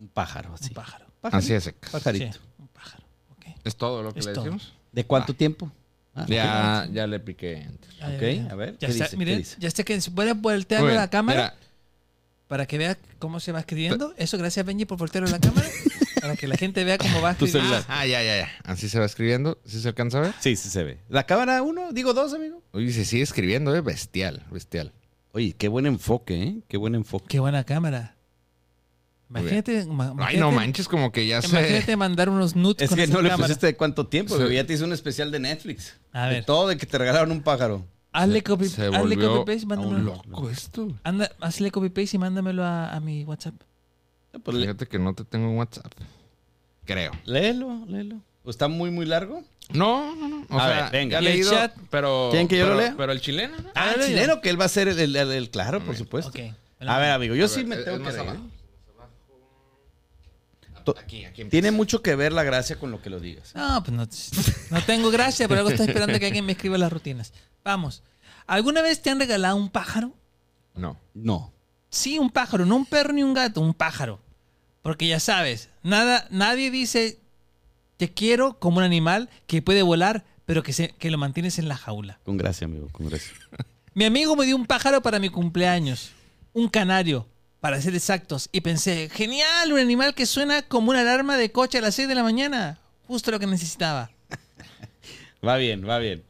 A: Un pájaro,
C: Un
A: así.
C: pájaro.
D: Así es. secas.
A: Pajarito.
C: Sí, un pájaro. ok.
D: Es todo lo que
C: Es
D: le
C: todo.
D: decimos.
A: ¿De cuánto tiempo? Ah,
D: Ya, ya le piqué. enter.
C: Ya, ya,
A: Ok,
C: ya.
A: a ver,
C: Ya
A: ¿qué
C: está,
A: dice?
C: miren,
A: ¿Qué dice?
C: ya está que se puede
D: Muy
C: voltear
D: bien,
C: la cámara
D: mira,
C: para que vea cómo se va escribiendo. Eso, gracias Benji por voltear la cámara. para que la gente vea cómo va
A: Tu
C: escribiendo.
A: celular.
D: Ah, ya, ya, ya. Así se va escribiendo. ¿Sí se alcanza a ver?
A: Sí, sí se ve. ¿La cámara uno? Digo dos, amigo.
D: Oye, se sigue escribiendo, ¿eh? Bestial, bestial.
A: Oye, qué buen enfoque, ¿eh? Qué buen enfoque.
C: Ah, Qué buena cámara.
D: Muy
C: Imagínate, ma-
D: Ay, no
C: imagínate-
D: manches, como que ya se...
C: imagínate mandar unos nudes
A: Es
C: con
A: que
C: esa
A: no le
C: cámara.
A: pusiste de cuánto tiempo,
D: Sí.
A: pero ya te hizo un especial de Netflix.
C: A
A: De
C: ver,
A: todo de que te regalaron un pájaro.
C: hazle copy,
D: se
C: hazle
D: volvió
C: copy paste,
D: a
C: mándamelo.
D: un loco esto.
C: Anda, hazle copy paste y mándamelo a, a mi WhatsApp.
A: No, pues lé-
D: Fíjate que no te tengo en WhatsApp. Creo.
A: léelo, léelo. ¿Está muy, muy largo?
D: No, no, no. O
A: A
D: sea,
A: ver, venga.
D: ya
C: ¿Y el
D: leído,
C: chat?
D: pero...
A: ¿Quieren que yo lo
D: pero-
A: lea?
D: Pero el chileno, ¿no?
A: Ah, el
C: léelo.
A: chileno, que él va a ser el, el- el- el- claro, por supuesto.
C: Ok.
A: Pues, A ver, amigo, yo sí
D: ver,
A: me
D: es-
A: tengo
D: es
A: que
D: más
A: reír.
D: abajo.
A: To-
D: Aquí, aquí. empieza.
A: Tiene mucho que ver la gracia con lo que lo digas.
C: No, pues no, no tengo gracia, pero algo estoy esperando que alguien me escriba las rutinas. Vamos. ¿Alguna vez te han regalado un pájaro?
D: No.
A: No.
C: Sí, un pájaro, no un perro ni un gato, un pájaro. Porque ya sabes, nada, nadie dice te quiero como un animal que puede volar, pero que, se, que lo mantienes en la jaula.
A: Con gracia, amigo, con gracia.
C: Mi amigo me dio un pájaro para mi cumpleaños, un canario, para ser exactos, y pensé, genial, un animal que suena como una alarma de coche a las 6 de la mañana, justo lo que necesitaba.
A: Va bien, va bien.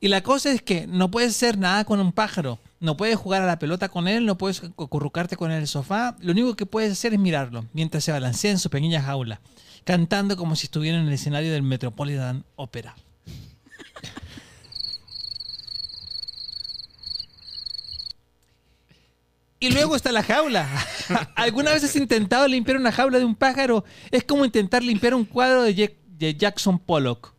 C: Y la cosa es que no puedes hacer nada con un pájaro. No puedes jugar a la pelota con él, no puedes acurrucarte con él en el sofá. Lo único que puedes hacer es mirarlo mientras se balancea en su pequeña jaula, cantando como si estuviera en el escenario del Metropolitan Opera. Y luego está la jaula. ¿Alguna vez has intentado limpiar una jaula de un pájaro? Es como intentar limpiar un cuadro de Jack- de Jackson Pollock.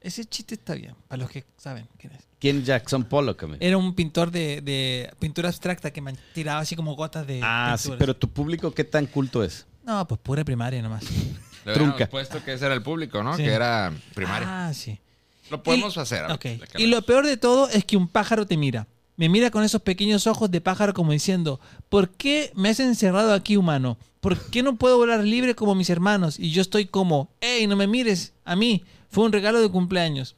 C: Ese chiste está bien, para los que saben quién es.
A: ¿Quién es Jackson Pollock? amigo?
C: Era un pintor de, de pintura abstracta que man- tiraba así como gotas de.
A: Ah, sí,
C: pinturas.
A: pero tu público, ¿qué tan culto es?
C: No, pues pura primaria nomás.
D: Le
A: Trunca.
D: hubiéramos puesto que ese era el público, ¿no?
C: Sí.
D: Que era primario.
C: Ah, sí.
D: lo podemos
C: Y-
D: hacer. a
C: ok.
D: ver, la cara.
C: Y lo peor de todo es que un pájaro te mira. Me mira con esos pequeños ojos de pájaro como diciendo, ¿por qué me has encerrado aquí, humano? ¿Por qué no puedo volar libre como mis hermanos? Y yo estoy como, ¡Ey, no me mires! A mí, fue un regalo de cumpleaños.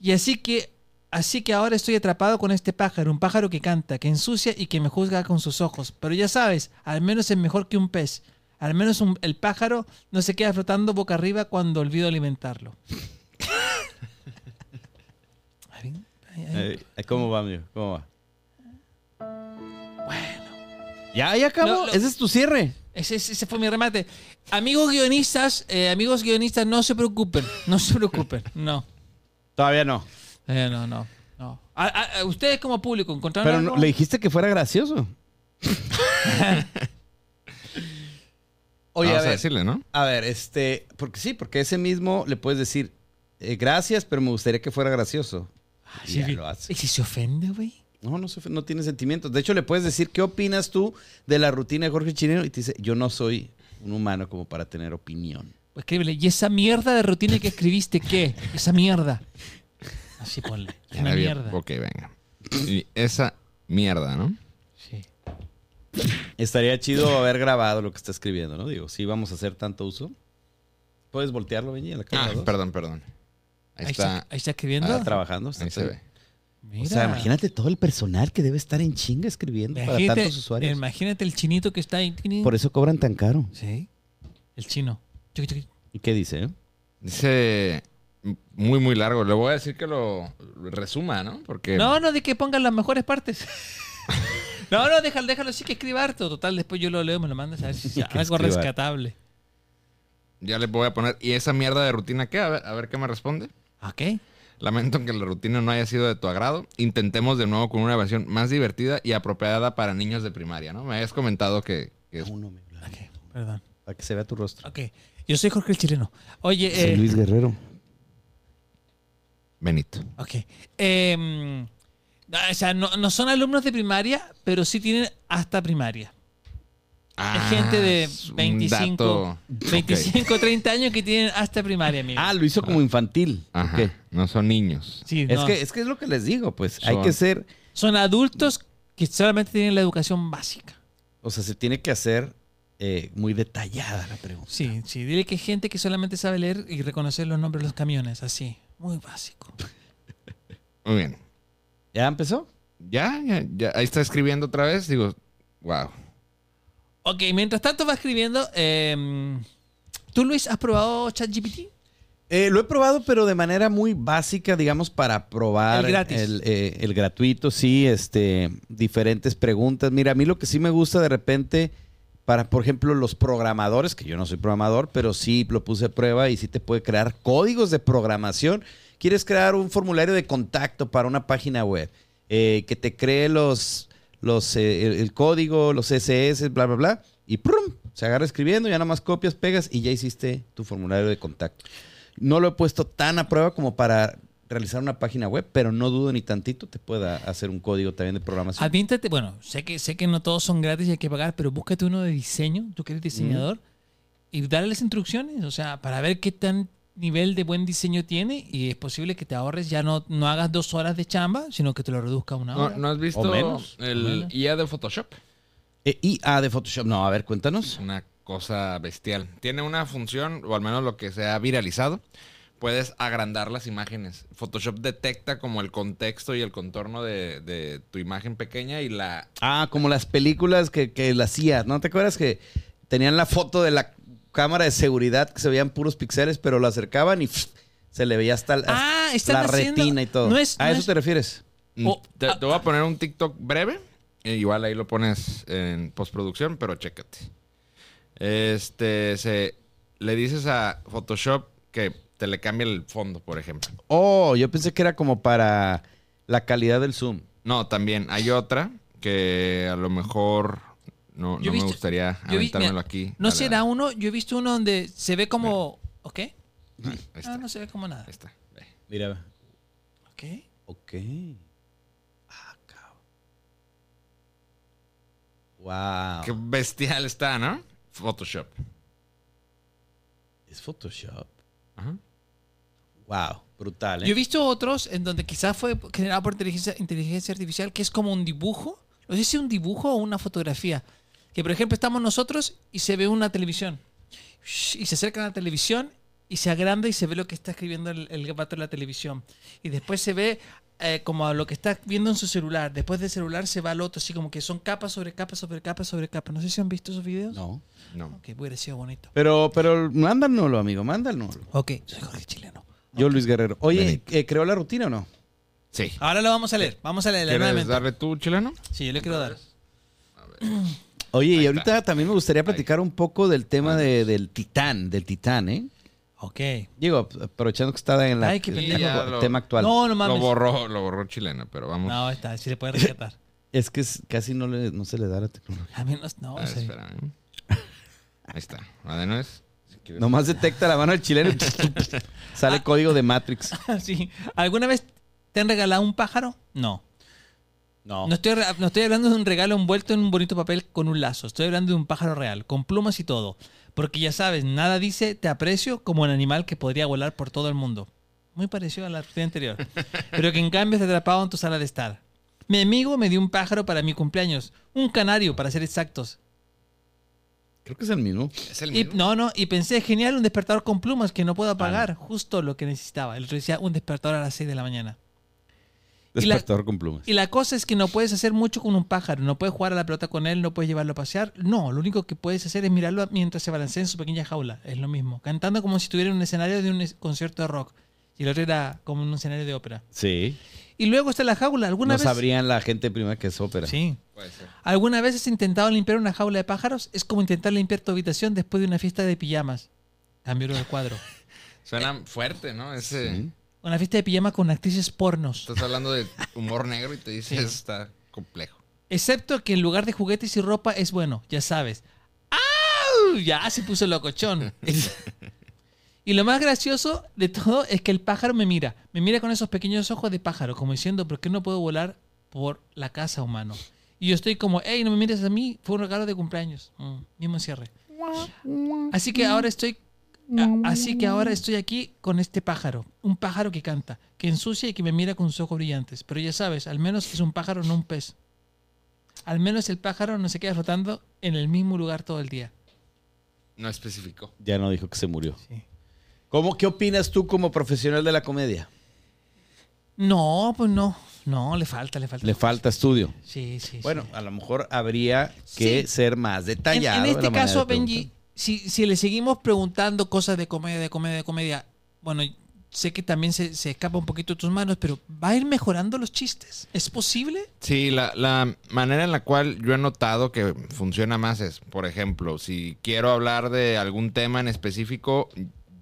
C: Y así que, así que ahora estoy atrapado con este pájaro, un pájaro que canta, que ensucia y que me juzga con sus ojos. Pero ya sabes, al menos es mejor que un pez. Al menos un- el pájaro no se queda flotando boca arriba cuando olvido alimentarlo. Ahí viene, ahí, ahí.
A: Eh, ¿Cómo va, amigo? ¿Cómo va? Bueno. Ya, ya acabó.
C: Lo- lo-
A: Ese es tu cierre.
C: Ese, ese- ese fue mi remate. Amigos guionistas, eh, amigos guionistas, no se preocupen, no se preocupen, no.
A: Todavía no.
C: Eh, no, no, no. A- a- a ustedes como público encontraron
A: Pero
C: algo?
A: no- le dijiste que fuera gracioso. Oye,
D: Vamos
A: a
D: a
A: ver,
D: decirle, ¿no?
A: a ver, este, porque sí, porque ese mismo le puedes decir, eh, gracias, pero me gustaría que fuera gracioso. Y
C: Sí,
A: ya
C: sí.
A: lo hace.
C: ¿Y si se ofende, güey?
A: No, no, se ofende, no tiene sentimientos. De hecho, le puedes decir, ¿qué opinas tú de la rutina de Jorge Chinero? Y te dice, yo no soy un humano como para tener opinión.
C: Pues escríbele, ¿y esa mierda de rutina que escribiste qué? Esa mierda. Así ponle. Es una
D: Era bien.
C: mierda.
D: Ok, venga. Y esa mierda, ¿no?
C: Sí.
A: Estaría chido haber grabado lo que está escribiendo, ¿no? Digo, si vamos a hacer tanto uso. ¿Puedes voltearlo, Benji, a la cámara
D: Ah,
A: dos?
D: perdón, perdón. Ahí,
C: Ahí
D: está.
C: está, ahí está escribiendo.
A: Está trabajando. está
D: Ahí se ve.
C: Mira.
A: O sea, imagínate todo el personal que debe estar en chinga escribiendo para
C: Imagínate,
A: tantos usuarios.
C: imagínate el chinito que está ahí.
A: Por eso cobran tan caro.
C: Sí. El chino. Chiqui, chiqui.
A: ¿Y qué dice? eh?
D: Dice muy, muy largo. Le voy a decir que lo resuma, ¿no?
A: Eh.
D: Porque.
C: No, no, de que pongan las mejores partes. No, no, déjalo, déjalo así que escriba harto. Total, después yo lo leo y me lo mandas a ver si es
A: Que
C: algo
A: escriba.
C: rescatable.
D: Ya le voy a poner. ¿Y esa mierda de rutina qué? A ver, a ver qué me responde.
C: Ok.
D: Lamento que la rutina no haya sido de tu agrado. Intentemos de nuevo con una versión más divertida y apropiada para niños de primaria, ¿no? Me habías comentado que, que es-
A: Uno, me-
C: Ok, perdón.
A: Para que se vea tu rostro.
C: Ok. Yo soy Jorge el Chileno. Oye,
A: Soy
C: eh,
A: Luis Guerrero.
D: Benito.
C: Ok. Em, no, o sea, no, no son alumnos de primaria, pero sí tienen hasta primaria.
D: Ah,
C: gente de
D: es un
C: 25.
D: dato.
C: 25, 30 años que tienen hasta primaria, amigo.
A: Ah, lo hizo como infantil.
D: Ok. Ajá,
A: Ok.
D: No son niños.
C: Sí,
A: Es,
C: no.
A: que, es que es lo que les digo, pues. Hay
D: Son-
A: que ser.
C: Son adultos que solamente tienen la educación básica.
A: O sea, se tiene que hacer eh, muy detallada la pregunta.
C: Sí, sí. Dile que hay gente que solamente sabe leer y reconocer los nombres de los camiones, así. Muy básico.
D: Muy bien.
A: ¿Ya empezó?
D: Ya, ya, ya. Ahí está escribiendo otra vez. Digo, wow.
C: Ok, mientras tanto va escribiendo. em, ¿Tú, Luis, has probado ChatGPT?
A: Eh, lo he probado, pero de manera muy básica, digamos, para probar
C: El gratis.
A: eh, el gratuito, sí, este, diferentes preguntas. Mira, a mí lo que sí me gusta de repente, para, por ejemplo, los programadores, que yo no soy programador, pero sí lo puse a prueba y sí te puede crear códigos de programación. Quieres crear un formulario de contacto para una página web, eh, que te cree los, los, eh, el, el código, los CSS, bla, bla, bla, y ¡prum! Se agarra escribiendo, ya nada más copias, pegas y ya hiciste tu formulario de contacto. No lo he puesto tan a prueba como para realizar una página web, pero no dudo ni tantito te pueda hacer un código también de programación.
C: Aviéntate, bueno, sé que, sé que no todos son gratis y hay que pagar, pero búscate uno de diseño, tú que eres diseñador, y darle las instrucciones, o sea, para ver qué tan nivel de buen diseño tiene y es posible que te ahorres, ya no, no hagas dos horas de chamba, sino que te lo reduzca a una
D: ¿No,
C: hora.
D: no has visto
A: O menos.
D: el
C: O menos.
D: IA de Photoshop?
A: Eh, y ah, de Photoshop. No, a ver, cuéntanos.
D: Una cosa bestial. Tiene una función, o al menos lo que se ha viralizado. Puedes agrandar las imágenes. Photoshop detecta como el contexto y el contorno de, de tu imagen pequeña y la
A: Ah, como las películas que, que la hacía. ¿No te acuerdas que tenían la foto de la cámara de seguridad que se veían puros pixeles, pero lo acercaban y pff, se le veía hasta, hasta
C: ah, están
A: la
C: haciendo-
A: retina y todo?
C: No es,
A: ¿A
C: no
A: eso
C: es-
A: te refieres?
C: O-
D: Mm.
C: ah,
D: te, te voy a poner un TikTok breve. eh, igual ahí lo pones en postproducción, pero chécate. Este, se, le dices a Photoshop que te le cambie el fondo, por ejemplo.
A: Oh, yo pensé que era como para la calidad del zoom.
D: No, también hay otra que a lo mejor no,
C: Yo
D: no
C: he visto-
D: me gustaría
C: yo vi-
D: aventármelo
C: mira,
D: aquí.
C: no
D: Dale,
C: será
D: dale.
C: uno, yo he visto uno donde se ve como... ¿Ok?
D: Ah, ahí está.
A: Este.
C: Ah, no se ve como nada.
D: ahí está. Ve.
A: Mira.
C: Ok.
A: Ok. Ah, cabrón.
D: Qué
A: Wow.
D: bestial está, ¿no? Photoshop.
A: Es Photoshop.
D: Ajá.
A: Wow. Brutal, ¿eh?
C: Yo he visto otros en donde quizás fue generado por inteligencia, inteligencia artificial, que es como un dibujo. No sé si un dibujo o una fotografía. Que por ejemplo estamos nosotros y se ve una televisión. Shhh, Y se acerca a la televisión y se agranda y se ve lo que está escribiendo el, el gato de la televisión. Y después se ve eh, como lo que está viendo en su celular. Después del celular se va al otro, así como que son capas sobre capas sobre capas sobre capas. No sé si han visto esos videos.
A: No.
D: No.
C: Ok, hubiera sido bonito.
A: Pero, pero mándanoslo, amigo, mándanoslo.
C: Ok, soy Jorge Chileno.
A: Yo, Luis Guerrero. Oye,
D: Benito.
A: eh, ¿creó la rutina o no?
D: Sí.
C: Ahora lo vamos a leer. Vamos a leerla
D: ¿Quieres
C: nuevamente.
D: darle tú, chileno?
C: Sí, yo le quiero dar.
A: Oye, y
D: Ahí
A: ahorita también me gustaría platicar un poco del tema de- del titán, del titán, ¿eh?
C: Ok.
A: Digo, aprovechando que está en la,
C: Ay, qué
A: el
C: pendejo.
A: tema,
D: Ya lo-
A: tema actual.
C: No, no
D: Lo
C: mames.
D: borró, lo borró chileno, pero vamos.
C: No, está, sí se puede rescatar.
A: Es que es- casi no, le- no se le da la tecnología.
C: A menos, no,
D: A ver,
C: sí.
D: espérame. Ahí está. ¿La de nuez? Si quieres.
A: Nomás detecta la mano del chileno y sale código de Matrix.
C: Sí. ¿Alguna vez te han regalado un pájaro? No. No estoy, re- no estoy hablando de un regalo envuelto en un bonito papel con un lazo. Estoy hablando de un pájaro real, con plumas y todo. Porque ya sabes, nada dice te aprecio como el animal que podría volar por todo el mundo. Muy parecido a la rutina anterior. Pero que en cambio está atrapado en tu sala de estar. Mi amigo me dio un pájaro para mi cumpleaños. Un canario, para ser exactos.
A: Creo que es el mismo.
D: Es el
C: Y-
D: mismo.
C: no, no, y pensé, genial, un despertador con plumas que no puedo apagar. Justo lo que necesitaba. El otro decía, un despertador a las 6 de la mañana. Y la-
A: Despertador con plumas.
C: Y la cosa es que no puedes hacer mucho con un pájaro. No puedes jugar a la pelota con él, no puedes llevarlo a pasear. No, lo único que puedes hacer es mirarlo mientras se balancea en su pequeña jaula. Es lo mismo. Cantando como si estuviera en un escenario de un es- concierto de rock. Y el otro era como en un escenario de ópera.
A: Sí.
C: Y luego está la jaula. ¿Alguna
A: No
C: vez?
A: sabrían la gente prima que es ópera.
C: Sí.
D: Puede ser.
C: ¿Alguna vez has intentado limpiar una jaula de pájaros? Es como intentar limpiar tu habitación después de una fiesta de pijamas. Cambiaron el cuadro.
D: Suena fuerte, ¿no? Ese.
A: Sí.
C: Una fiesta de pijamas con actrices pornos.
D: Estás hablando de humor negro y te dices,
C: Sí.
D: está complejo.
C: Excepto que en lugar de juguetes y ropa es bueno, ya sabes. ¡Au! Ya se puso locochón. y lo más gracioso de todo es que el pájaro me mira. Me mira con esos pequeños ojos de pájaro, como diciendo, ¿por qué no puedo volar por la casa, humano? Y yo estoy como, hey, no me mires a mí, fue un regalo de cumpleaños. Mm, mismo cierre. Así que ahora estoy... a- Así que ahora estoy aquí con este pájaro, un pájaro que canta, que ensucia y que me mira con sus ojos brillantes. Pero ya sabes, al menos es un pájaro, no un pez. Al menos el pájaro no se queda flotando en el mismo lugar todo el día.
D: No especificó.
A: Ya no dijo que se murió. ¿Cómo, ¿Qué opinas tú como profesional de la comedia?
C: No, pues no. No, le falta, le falta.
A: Le falta estudio.
C: Sí, sí. sí.
A: Bueno, a lo mejor habría que
C: Sí.
A: ser más
C: En-
A: detallado.
C: en,
A: de
C: este
A: la manera
C: caso,
A: de preguntar.
C: Benji, si, si le seguimos preguntando cosas de comedia, de comedia, de comedia, bueno, sé que también se, se escapa un poquito de tus manos, pero ¿va a ir mejorando los chistes? ¿Es posible?
D: Sí, la, la manera en la cual yo he notado que funciona más es, por ejemplo, si quiero hablar de algún tema en específico,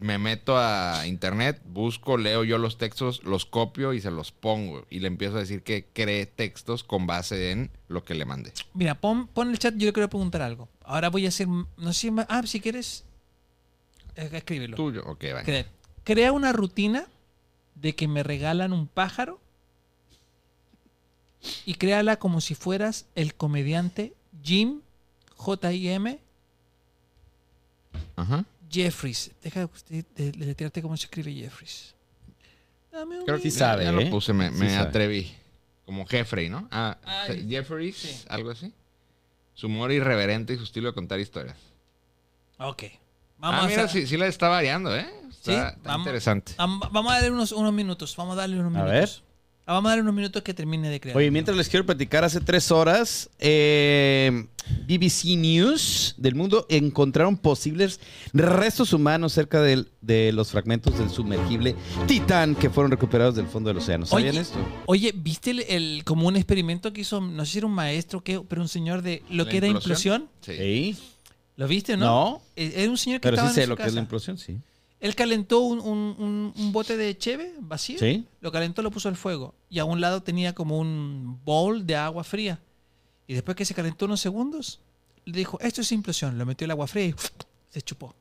D: me meto a internet, busco, leo yo los textos, los copio y se los pongo. Y le empiezo a decir que cree textos con base en lo que le mandé.
C: Mira, pon, pon el chat, yo le quiero preguntar algo. Ahora voy a hacer, no sé, si ma- ah, si quieres, eh, escríbelo.
D: Tuyo. Ok, va.
C: Cre- Crea una rutina de que me regalan un pájaro y créala como si fueras el comediante Jim J.I.M.
D: Ajá.
C: Jeffries. Deja de de- de deletrearte cómo se escribe Jeffries. Dame un
D: Creo que
A: Sí
D: ya-
A: sabe,
D: ya lo
A: ¿eh?
D: puse, me,
A: Sí
D: me
A: sabe.
D: atreví. Como Jeffrey, ¿no? Ah,
C: Ah,
D: Je-
C: sí.
D: Jeffries,
C: Sí.
D: algo así. Su humor irreverente y su estilo de contar historias.
C: Ok. Vamos,
D: ah, mira,
C: a,
D: sí, sí la está variando, ¿eh? Está,
C: Sí,
D: está
C: vamos. Ah.
D: interesante.
C: am- vamos a darle unos, unos minutos. Vamos a darle unos
A: A
C: minutos. Ah, vamos a darle unos minutos que termine de crear.
A: Oye, mientras les quiero platicar, hace tres horas, eh, BBC News del mundo encontraron posibles restos humanos cerca del- de los fragmentos del sumergible Titán que fueron recuperados del fondo del océano. ¿Sabían
C: Oye.
A: esto?
C: Oye, ¿viste el, el- como un experimento que hizo, no sé si era un maestro, que, pero un señor de lo
D: ¿La
C: que era
D: implosión?
C: implosión?
D: Sí.
A: Sí.
C: ¿Lo viste o no?
A: No,
C: Eh, Era un señor que
A: pero sí
C: estaba en
A: sé
C: su
A: lo que es la
C: casa.
A: implosión, sí.
C: Él calentó un, un- un- un bote de cheve vacío.
A: Sí.
C: Lo calentó, lo puso al fuego. Y a un lado tenía como un bowl de agua fría. Y después que se calentó unos segundos, le dijo, esto es implosión. Lo metió el agua fría y se chupó.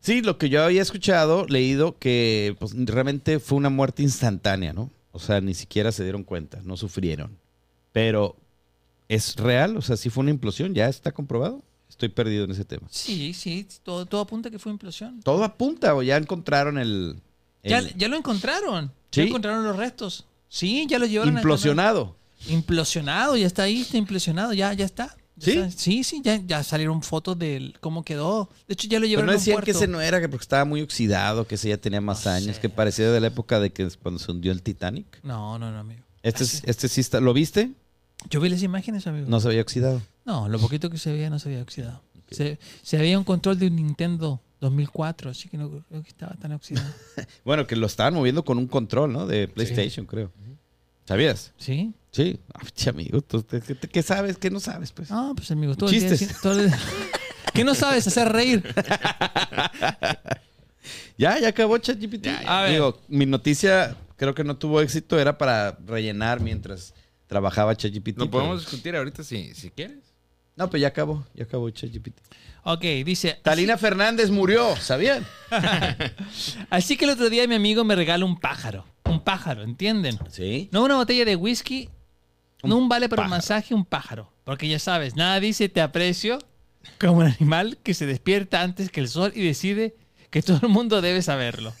A: Sí, lo que yo había escuchado, leído, que pues, realmente fue una muerte instantánea, ¿no? O sea, ni siquiera se dieron cuenta, no sufrieron. Pero, ¿es real? O sea, ¿sí fue una implosión? ¿Ya está comprobado? Estoy perdido en ese tema.
C: Sí, sí, todo, todo apunta a que fue implosión.
A: Todo apunta, o ya encontraron el... el
C: Ya, ya lo encontraron.
A: ¿Sí?
C: Ya encontraron los restos. Sí, ya lo llevaron a encontrar.
A: implosionado.
C: Implosionado, ya está ahí, está implosionado, ya, ya está. Ya
A: ¿Sí?
C: está. Sí, sí, ya, ya salieron fotos de cómo quedó. De hecho, ya lo
A: Pero
C: llevaron
A: no
C: a un
A: decían que
C: puerto.
A: ese no era, que porque estaba muy oxidado, que ese ya tenía más
C: No
A: años,
C: sé.
A: que parecía de la época de que cuando se hundió el Titanic.
C: No, no, no, amigo.
A: Este,
C: Así-
A: es- este sí está, ¿lo viste?
C: Yo vi las imágenes, amigo. No,
A: No se había oxidado.
C: lo poquito que se veía no se había oxidado. Se, se veía un control de un Nintendo 2004, así que no creo que estaba tan oxidado.
A: Bueno, que lo estaban moviendo con un control, ¿no? De PlayStation, creo. ¿Sabías?
C: ¿Sí?
A: Sí. Ay, che, amigo, tú, ¿qué, qué- qué sabes? ¿Qué no sabes? Pues.
C: Ah, pues amigo, todo el día
A: Chistes.
C: diciendo- todo el- ¿Qué no sabes hacer reír?
A: Ya, ya acabó ChatGPT.
D: Ya,
C: ya. A ver.
A: Digo, mi noticia creo que no tuvo éxito, era para rellenar mientras trabajaba ChatGPT.
D: Lo
A: pero-
D: podemos discutir ahorita si, si quieres.
A: No, pues ya acabó, ya acabó ChatGPT.
C: Ok, dice.
A: Talina Fernández murió, ¿sabían?
C: Así que el otro día mi amigo me regala un pájaro. Un pájaro, ¿entienden?
A: Sí.
C: No una botella de whisky, no un vale para un
A: pájaro.
C: masaje, un pájaro. Porque ya sabes, nada dice te aprecio como un animal que se despierta antes que el sol y decide que todo el mundo debe saberlo.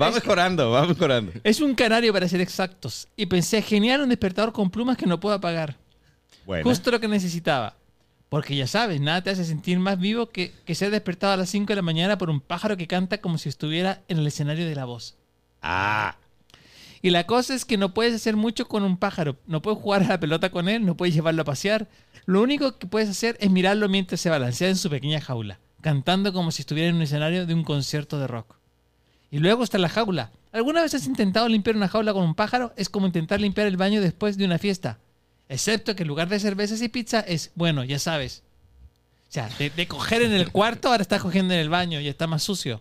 A: Va mejorando, va mejorando.
C: Es un canario para ser exactos. Y pensé, genial, un despertador con plumas que no puedo apagar.
A: Bueno.
C: Justo lo que necesitaba. Porque ya sabes, nada te hace sentir más vivo que, que ser despertado a las 5 de la mañana por un pájaro que canta como si estuviera en el escenario de la voz.
A: Ah,
C: Y la cosa es que no puedes hacer mucho con un pájaro. No puedes jugar a la pelota con él, no puedes llevarlo a pasear. Lo único que puedes hacer es mirarlo mientras se balancea en su pequeña jaula, cantando como si estuviera en un escenario de un concierto de rock. Y luego está la jaula. ¿Alguna vez has intentado limpiar una jaula con un pájaro? Es como intentar limpiar el baño después de una fiesta. Excepto que en lugar de cervezas y pizza es, bueno, ya sabes. O sea, de, de coger en el cuarto, ahora estás cogiendo en el baño y está más sucio.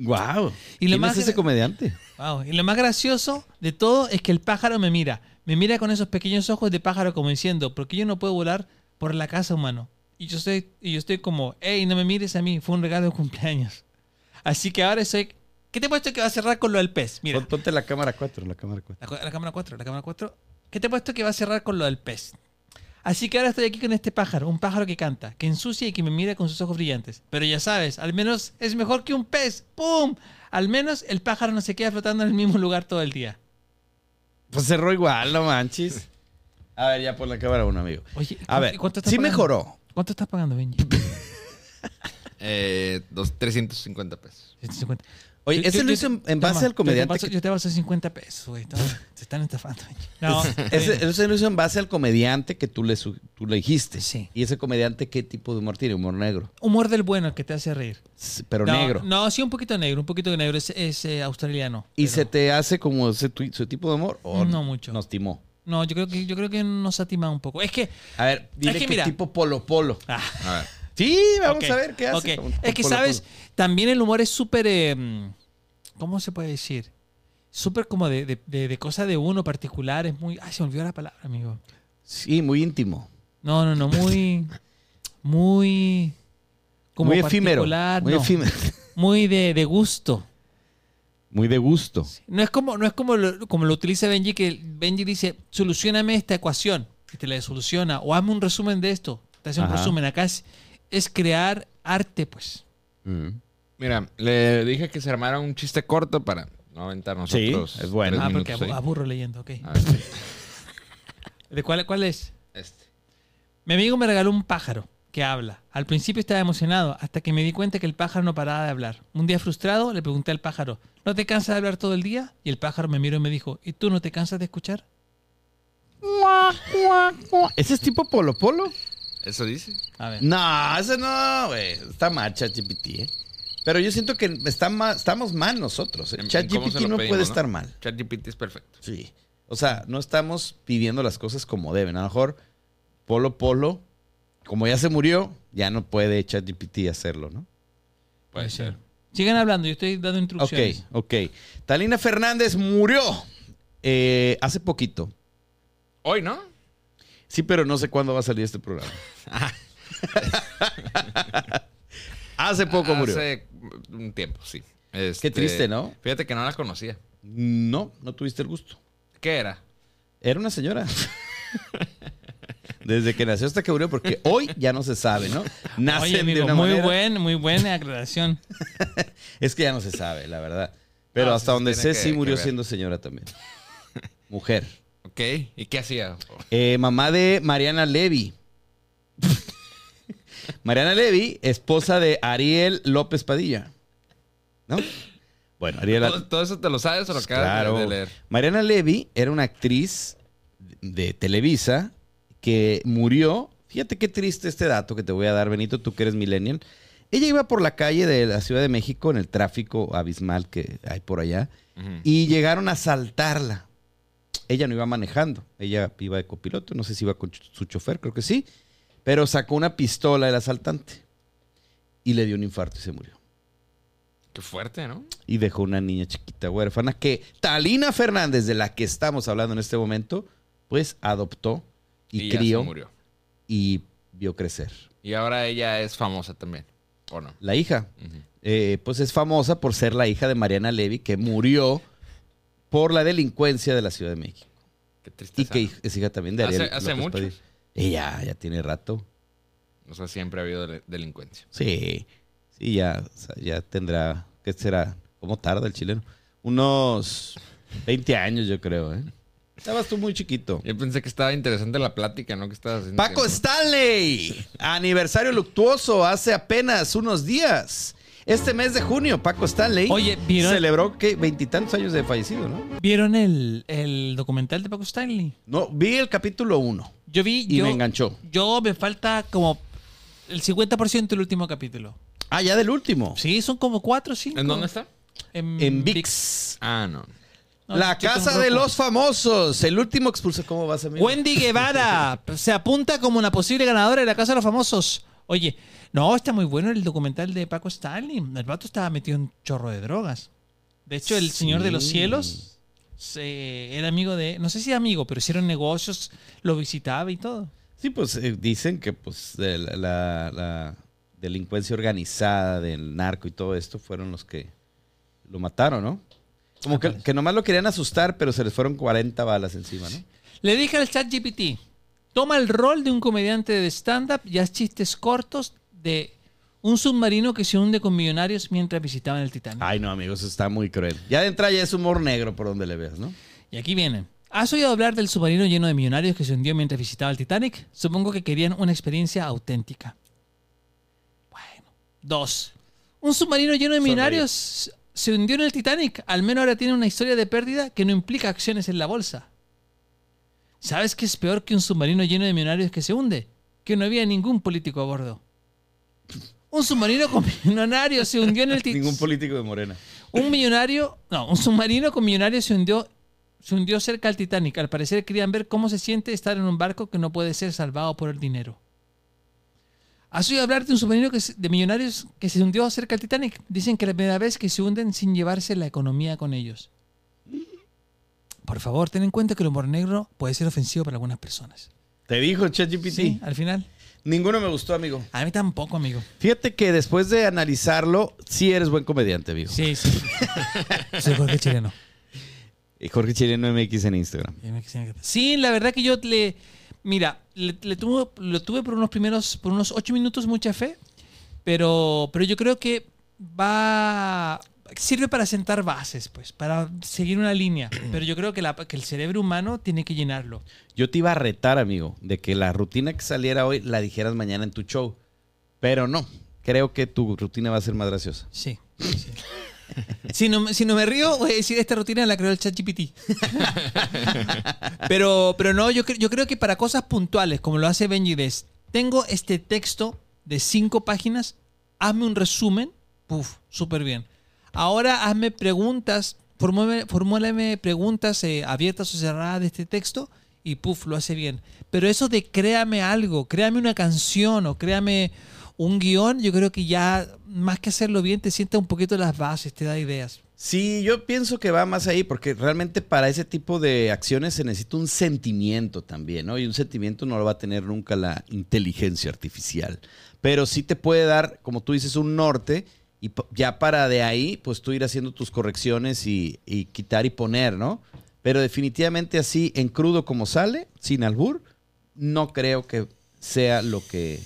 A: wow.
C: Y lo
A: ¿Quién
C: más
A: es ese
C: gra-
A: comediante?
C: Wow, Y lo más gracioso de todo es que el pájaro me mira. Me mira con esos pequeños ojos de pájaro como diciendo, porque yo no puedo volar por la casa humano. Y yo estoy, y yo estoy como, hey, no me mires a mí, fue un regalo de cumpleaños. Así que ahora soy... ¿Qué te he puesto que va a cerrar con lo del pez?
A: Pon-
C: Mira,
A: Ponte la cámara 4, la cámara 4.
C: la, cu- la cámara 4, la cámara 4. ¿Qué te he puesto que va a cerrar con lo del pez? Así que ahora estoy aquí con este pájaro, un pájaro que canta, que ensucia y que me mira con sus ojos brillantes. Pero ya sabes, al menos es mejor que un pez. ¡Pum! Al menos el pájaro no se queda flotando en el mismo lugar todo el día.
A: Pues cerró igual, no manches. A ver, ya pon la cámara 1, amigo.
C: Oye,
A: A
C: ¿cu-
A: ver,
C: ¿cuánto estás
A: sí
C: pagando?
A: mejoró.
C: ¿Cuánto estás pagando, Benji?
D: Eh, dos, 350 pesos.
C: 150.
A: Oye,
C: Este, Yo-
A: ese
C: yo-
A: lo
C: yo-
A: hizo en, en
C: toma,
A: base al
C: yo te
A: comediante.
C: paso-
A: que-
C: Yo te paso 50 pesos, güey. toma, Te están estafando, Benji. No,
A: ese- ese lo hizo en base al comediante que tú le, su- tú le dijiste.
C: Sí.
A: ¿Y ese comediante qué tipo de humor tiene? Humor negro.
C: humor del bueno, el que te hace reír.
A: S- Pero
C: no,
A: negro.
C: No, sí, un poquito negro, un poquito negro. Es, es, eh, australiano.
A: ¿Y
C: pero-
A: se te hace como ese tu- su tipo de humor? ¿O
C: No mucho.
A: Nos timó.
C: No, yo creo que yo creo que nos ha timado un poco. Es que
A: A ver, dile
C: Es que
A: que,
C: mira.
A: tipo Polo Polo.
C: ah.
D: A ver.
A: Sí, vamos
C: Ok,
A: a ver qué hace.
C: ok.
A: con- con
C: Es que,
A: Polo
C: ¿sabes?
A: Polo.
C: También el humor es súper. eh, ¿Cómo se puede decir? Súper como de, de, de- de cosa de uno particular. Es muy. Ay, se me olvidó la palabra, amigo.
A: Sí, muy íntimo.
C: No, no, no. Muy. Muy. Como
A: muy efímero.
C: particular,
A: Muy
C: no,
A: efímero.
C: muy de, de gusto.
A: Muy de gusto.
C: No es como, no es como, lo, como lo utiliza Benji, que Benji dice, solucioname esta ecuación, y te la soluciona, o hazme un resumen de esto, te hace un
A: Ajá.
C: resumen. Acá es, es crear arte, pues.
A: Mm.
D: Mira, le dije que se armara un chiste corto para no aventarnos
A: Sí,
D: otros
A: es bueno.
D: tres
C: Ah, porque
D: minutos Ah.
C: abu-
D: ahí.
C: aburro leyendo, ok.
D: A ver,
C: ¿De cuál, cuál es?
D: este.
C: Mi amigo me regaló un pájaro que habla. Al principio estaba emocionado, hasta que me di cuenta que el pájaro no paraba de hablar. Un día frustrado le pregunté al pájaro, ¿no te cansas de hablar todo el día? Y el pájaro me miró y me dijo, ¿y tú no te cansas de escuchar?
A: ¿Ese es tipo Polo Polo?
D: ¿Eso dice?
C: A ver.
A: No, ese no, güey. Está mal ChatGPT, ¿eh? Pero yo siento que está ma- estamos mal nosotros. ¿eh?
D: En- en cómo se
A: ChatGPT
D: lo
A: no
D: pedimos,
A: puede estar mal.
D: ChatGPT es perfecto.
A: Sí. O sea, no estamos pidiendo las cosas como deben. A lo mejor Polo Polo, como ya se murió, ya no puede ChatGPT hacerlo, ¿no?
D: Puede ser.
C: Sigan hablando, yo estoy
A: Ok,
C: dando instrucciones.
A: ok. Talina Fernández murió eh, hace poquito.
D: Hoy, ¿no?
A: Sí, pero no sé cuándo va a salir este programa. Hace poco murió.
D: Hace un tiempo, sí. Este,
A: Qué triste, ¿no?
D: Fíjate que no la conocía.
A: No, no tuviste el gusto.
D: ¿Qué era?
A: Era una señora. Desde que nació hasta que murió, porque hoy ya no se sabe, ¿no? Nacen
C: Oye, amigo,
A: de una
C: muy
A: manera.
C: buen, muy buena aclaración.
A: Es que ya no se sabe, la verdad. Pero
D: No,
A: hasta
D: sí,
A: donde
D: tiene
A: sé,
D: que-
A: sí
D: que
A: murió
D: ver.
A: siendo señora también. Mujer.
D: Ok. ¿Y qué hacía?
A: Eh, mamá de Mariana Levy. Mariana Levy, esposa de Ariel López Padilla. ¿No? Bueno, Ariel.
D: ¿Todo, todo eso te lo sabes o lo acabas de-
A: Claro.
D: de leer?
A: Mariana Levy era una actriz de Televisa que murió. Fíjate qué triste este dato que te voy a dar, Benito, tú que eres millennial. Ella iba por la calle de la Ciudad de México en el tráfico abismal que hay por allá
D: Ujú.
A: y llegaron a asaltarla. Ella no iba manejando, ella iba de copiloto, no sé si iba con ch- su chofer, creo que sí, pero sacó una pistola del asaltante y le dio un infarto y se murió.
D: Qué fuerte, ¿no?
A: Y dejó una niña chiquita huérfana que Talina Fernández, de la que estamos hablando en este momento, pues adoptó y,
D: ya se
A: crió
D: murió.
A: y vio crecer.
D: Y ahora ella es famosa también, ¿o no?
A: La hija,
D: Ujú.
A: eh, pues es famosa por ser la hija de Mariana Levy, que murió por la delincuencia de la Ciudad de México.
D: Qué
A: Y
D: tristeza.
A: que hij- es hija también de
D: Hace-
A: Ariel.
D: hace
A: López
D: mucho.
A: Padilla. Y ya, ya tiene rato.
D: O sea, siempre ha habido dele- delincuencia.
A: Sí, sí, ya, o sea, ya tendrá, ¿qué será? ¿Cómo tarda el chileno? Unos 20 años, yo creo, ¿eh? Estabas tú muy chiquito.
D: Yo pensé que estaba interesante la plática, ¿no? Que estabas haciendo.
A: Paco Stanley, aniversario luctuoso hace apenas unos días. Este mes de junio, Paco Stanley
C: Oye, ¿vieron?
A: celebró que veintitantos años de fallecido, ¿no?
C: ¿Vieron el, el documental de Paco Stanley?
A: No, vi el capítulo 1
C: Yo vi,
A: y
C: yo,
A: me enganchó.
C: yo me falta como el 50% del último capítulo.
A: Ah, ya del último.
C: Sí, son como cuatro, cinco.
D: ¿En dónde está?
A: En
C: ViX.
A: VIX.
D: Ah, no.
C: No,
A: la
C: estoy
A: casa
C: con
A: de
C: rojo.
A: los famosos. El último expulso. ¿Cómo vas, amigo?
C: Wendy Guevara se apunta como una posible ganadora de la Casa de los Famosos. Oye, no, está muy bueno el documental de Paco Stalin. El vato estaba metido en un chorro de drogas. De hecho, el Señor de los
A: Sí.
C: Cielos se- era amigo de, no sé si amigo, pero hicieron negocios, lo visitaba y todo.
A: Sí, pues eh, dicen que pues de la, la- la delincuencia organizada del narco y todo esto fueron los que lo mataron, ¿no? Como que, que nomás lo querían asustar, pero se les fueron 40 balas encima, ¿no?
C: Le dije al chat GPT, toma el rol de un comediante de stand-up y haz chistes cortos de un submarino que se hunde con millonarios mientras visitaban el Titanic.
A: Ay, no, amigos, eso está muy cruel. Ya de entrada ya es humor negro por donde le veas, ¿no?
C: Y aquí vienen. ¿Has oído hablar del submarino lleno de millonarios que se hundió mientras visitaba el Titanic? Supongo que querían una experiencia auténtica. Bueno. Dos. Un submarino lleno de millonarios se hundió en el Titanic. Al menos ahora tiene una historia de pérdida que no implica acciones en la bolsa. ¿Sabes qué es peor que un submarino lleno de millonarios que se hunde? Que no había ningún político a bordo. Un submarino con millonarios se hundió en el Titanic.
A: Ningún político de Morena.
C: Un millonario, no, un submarino con millonarios se hundió, se hundió cerca al Titanic. Al parecer querían ver cómo se siente estar en un barco que no puede ser salvado por el dinero. ¿Has oído hablar de un submarino que se- de millonarios que se hundió cerca al Titanic? Dicen que la primera vez que se hunden sin llevarse la economía con ellos. Por favor, ten en cuenta que el humor negro puede ser ofensivo para algunas personas.
A: Te dijo ChatGPT.
C: Sí, al final.
A: Ninguno me gustó, amigo.
C: A mí tampoco, amigo.
A: Fíjate que después de analizarlo, sí eres buen comediante, amigo.
C: Sí, sí. Soy Jorge Chileno.
A: Y Jorge Chileno MX en Instagram.
C: Sí, la verdad que yo le. Mira, le, le tuve, lo tuve por unos primeros, por unos ocho minutos mucha fe, pero, pero yo creo que va. Sirve para sentar bases, pues, para seguir una línea. Pero yo creo que, la- que el cerebro humano tiene que llenarlo.
A: Yo te iba a retar, amigo, de que la rutina que saliera hoy la dijeras mañana en tu show. Pero no, creo que tu rutina va a ser más graciosa.
C: Sí. sí. si, no, si no me río, voy a decir esta rutina la creó el ChatGPT. pero, pero no, yo, cre- yo creo que para cosas puntuales, como lo hace Benji Des, tengo este texto de cinco páginas, hazme un resumen, puf, súper bien. Ahora hazme preguntas, formúlame, formúlame preguntas eh, abiertas o cerradas de este texto y puf, lo hace bien. Pero eso de créame algo, créame una canción o créame un guión, yo creo que ya más que hacerlo bien te sienta un poquito las bases, te da ideas.
A: Sí, yo pienso que va más ahí, porque realmente para ese tipo de acciones se necesita un sentimiento también, ¿no? Y un sentimiento no lo va a tener nunca la inteligencia artificial. Pero sí te puede dar, como tú dices, un norte y p- ya para de ahí, pues tú ir haciendo tus correcciones y, y quitar y poner, ¿no? Pero definitivamente así, en crudo como sale, sin albur, no creo que sea lo que...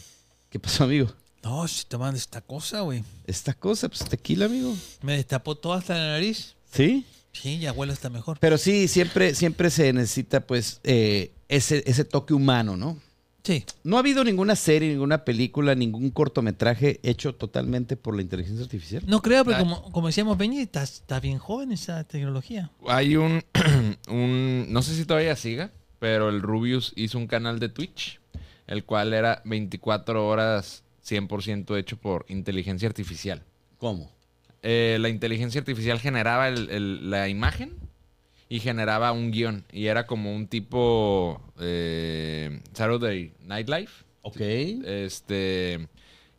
A: ¿Qué pasó, amigo?
C: No, si toman esta cosa, güey.
A: Esta cosa, pues tequila, amigo.
C: Me destapó todo hasta la nariz.
A: ¿Sí?
C: Sí, ya huele hasta mejor.
A: Pero sí, siempre, siempre se necesita, pues, eh, ese, ese toque humano, ¿no?
C: Sí.
A: No ha habido ninguna serie, ninguna película, ningún cortometraje hecho totalmente por la inteligencia artificial.
C: No creo, pero
D: Ah.
C: como, como decíamos, Benji, está, está bien joven esa tecnología.
D: Hay un, un. No sé si todavía siga, pero el Rubius hizo un canal de Twitch, el cual era 24 horas 100% hecho por inteligencia artificial.
A: ¿Cómo?
D: Eh, la inteligencia artificial generaba el- el- la imagen y generaba un guión. Y era como un tipo eh, Saturday Night Live.
A: Ok.
D: Este.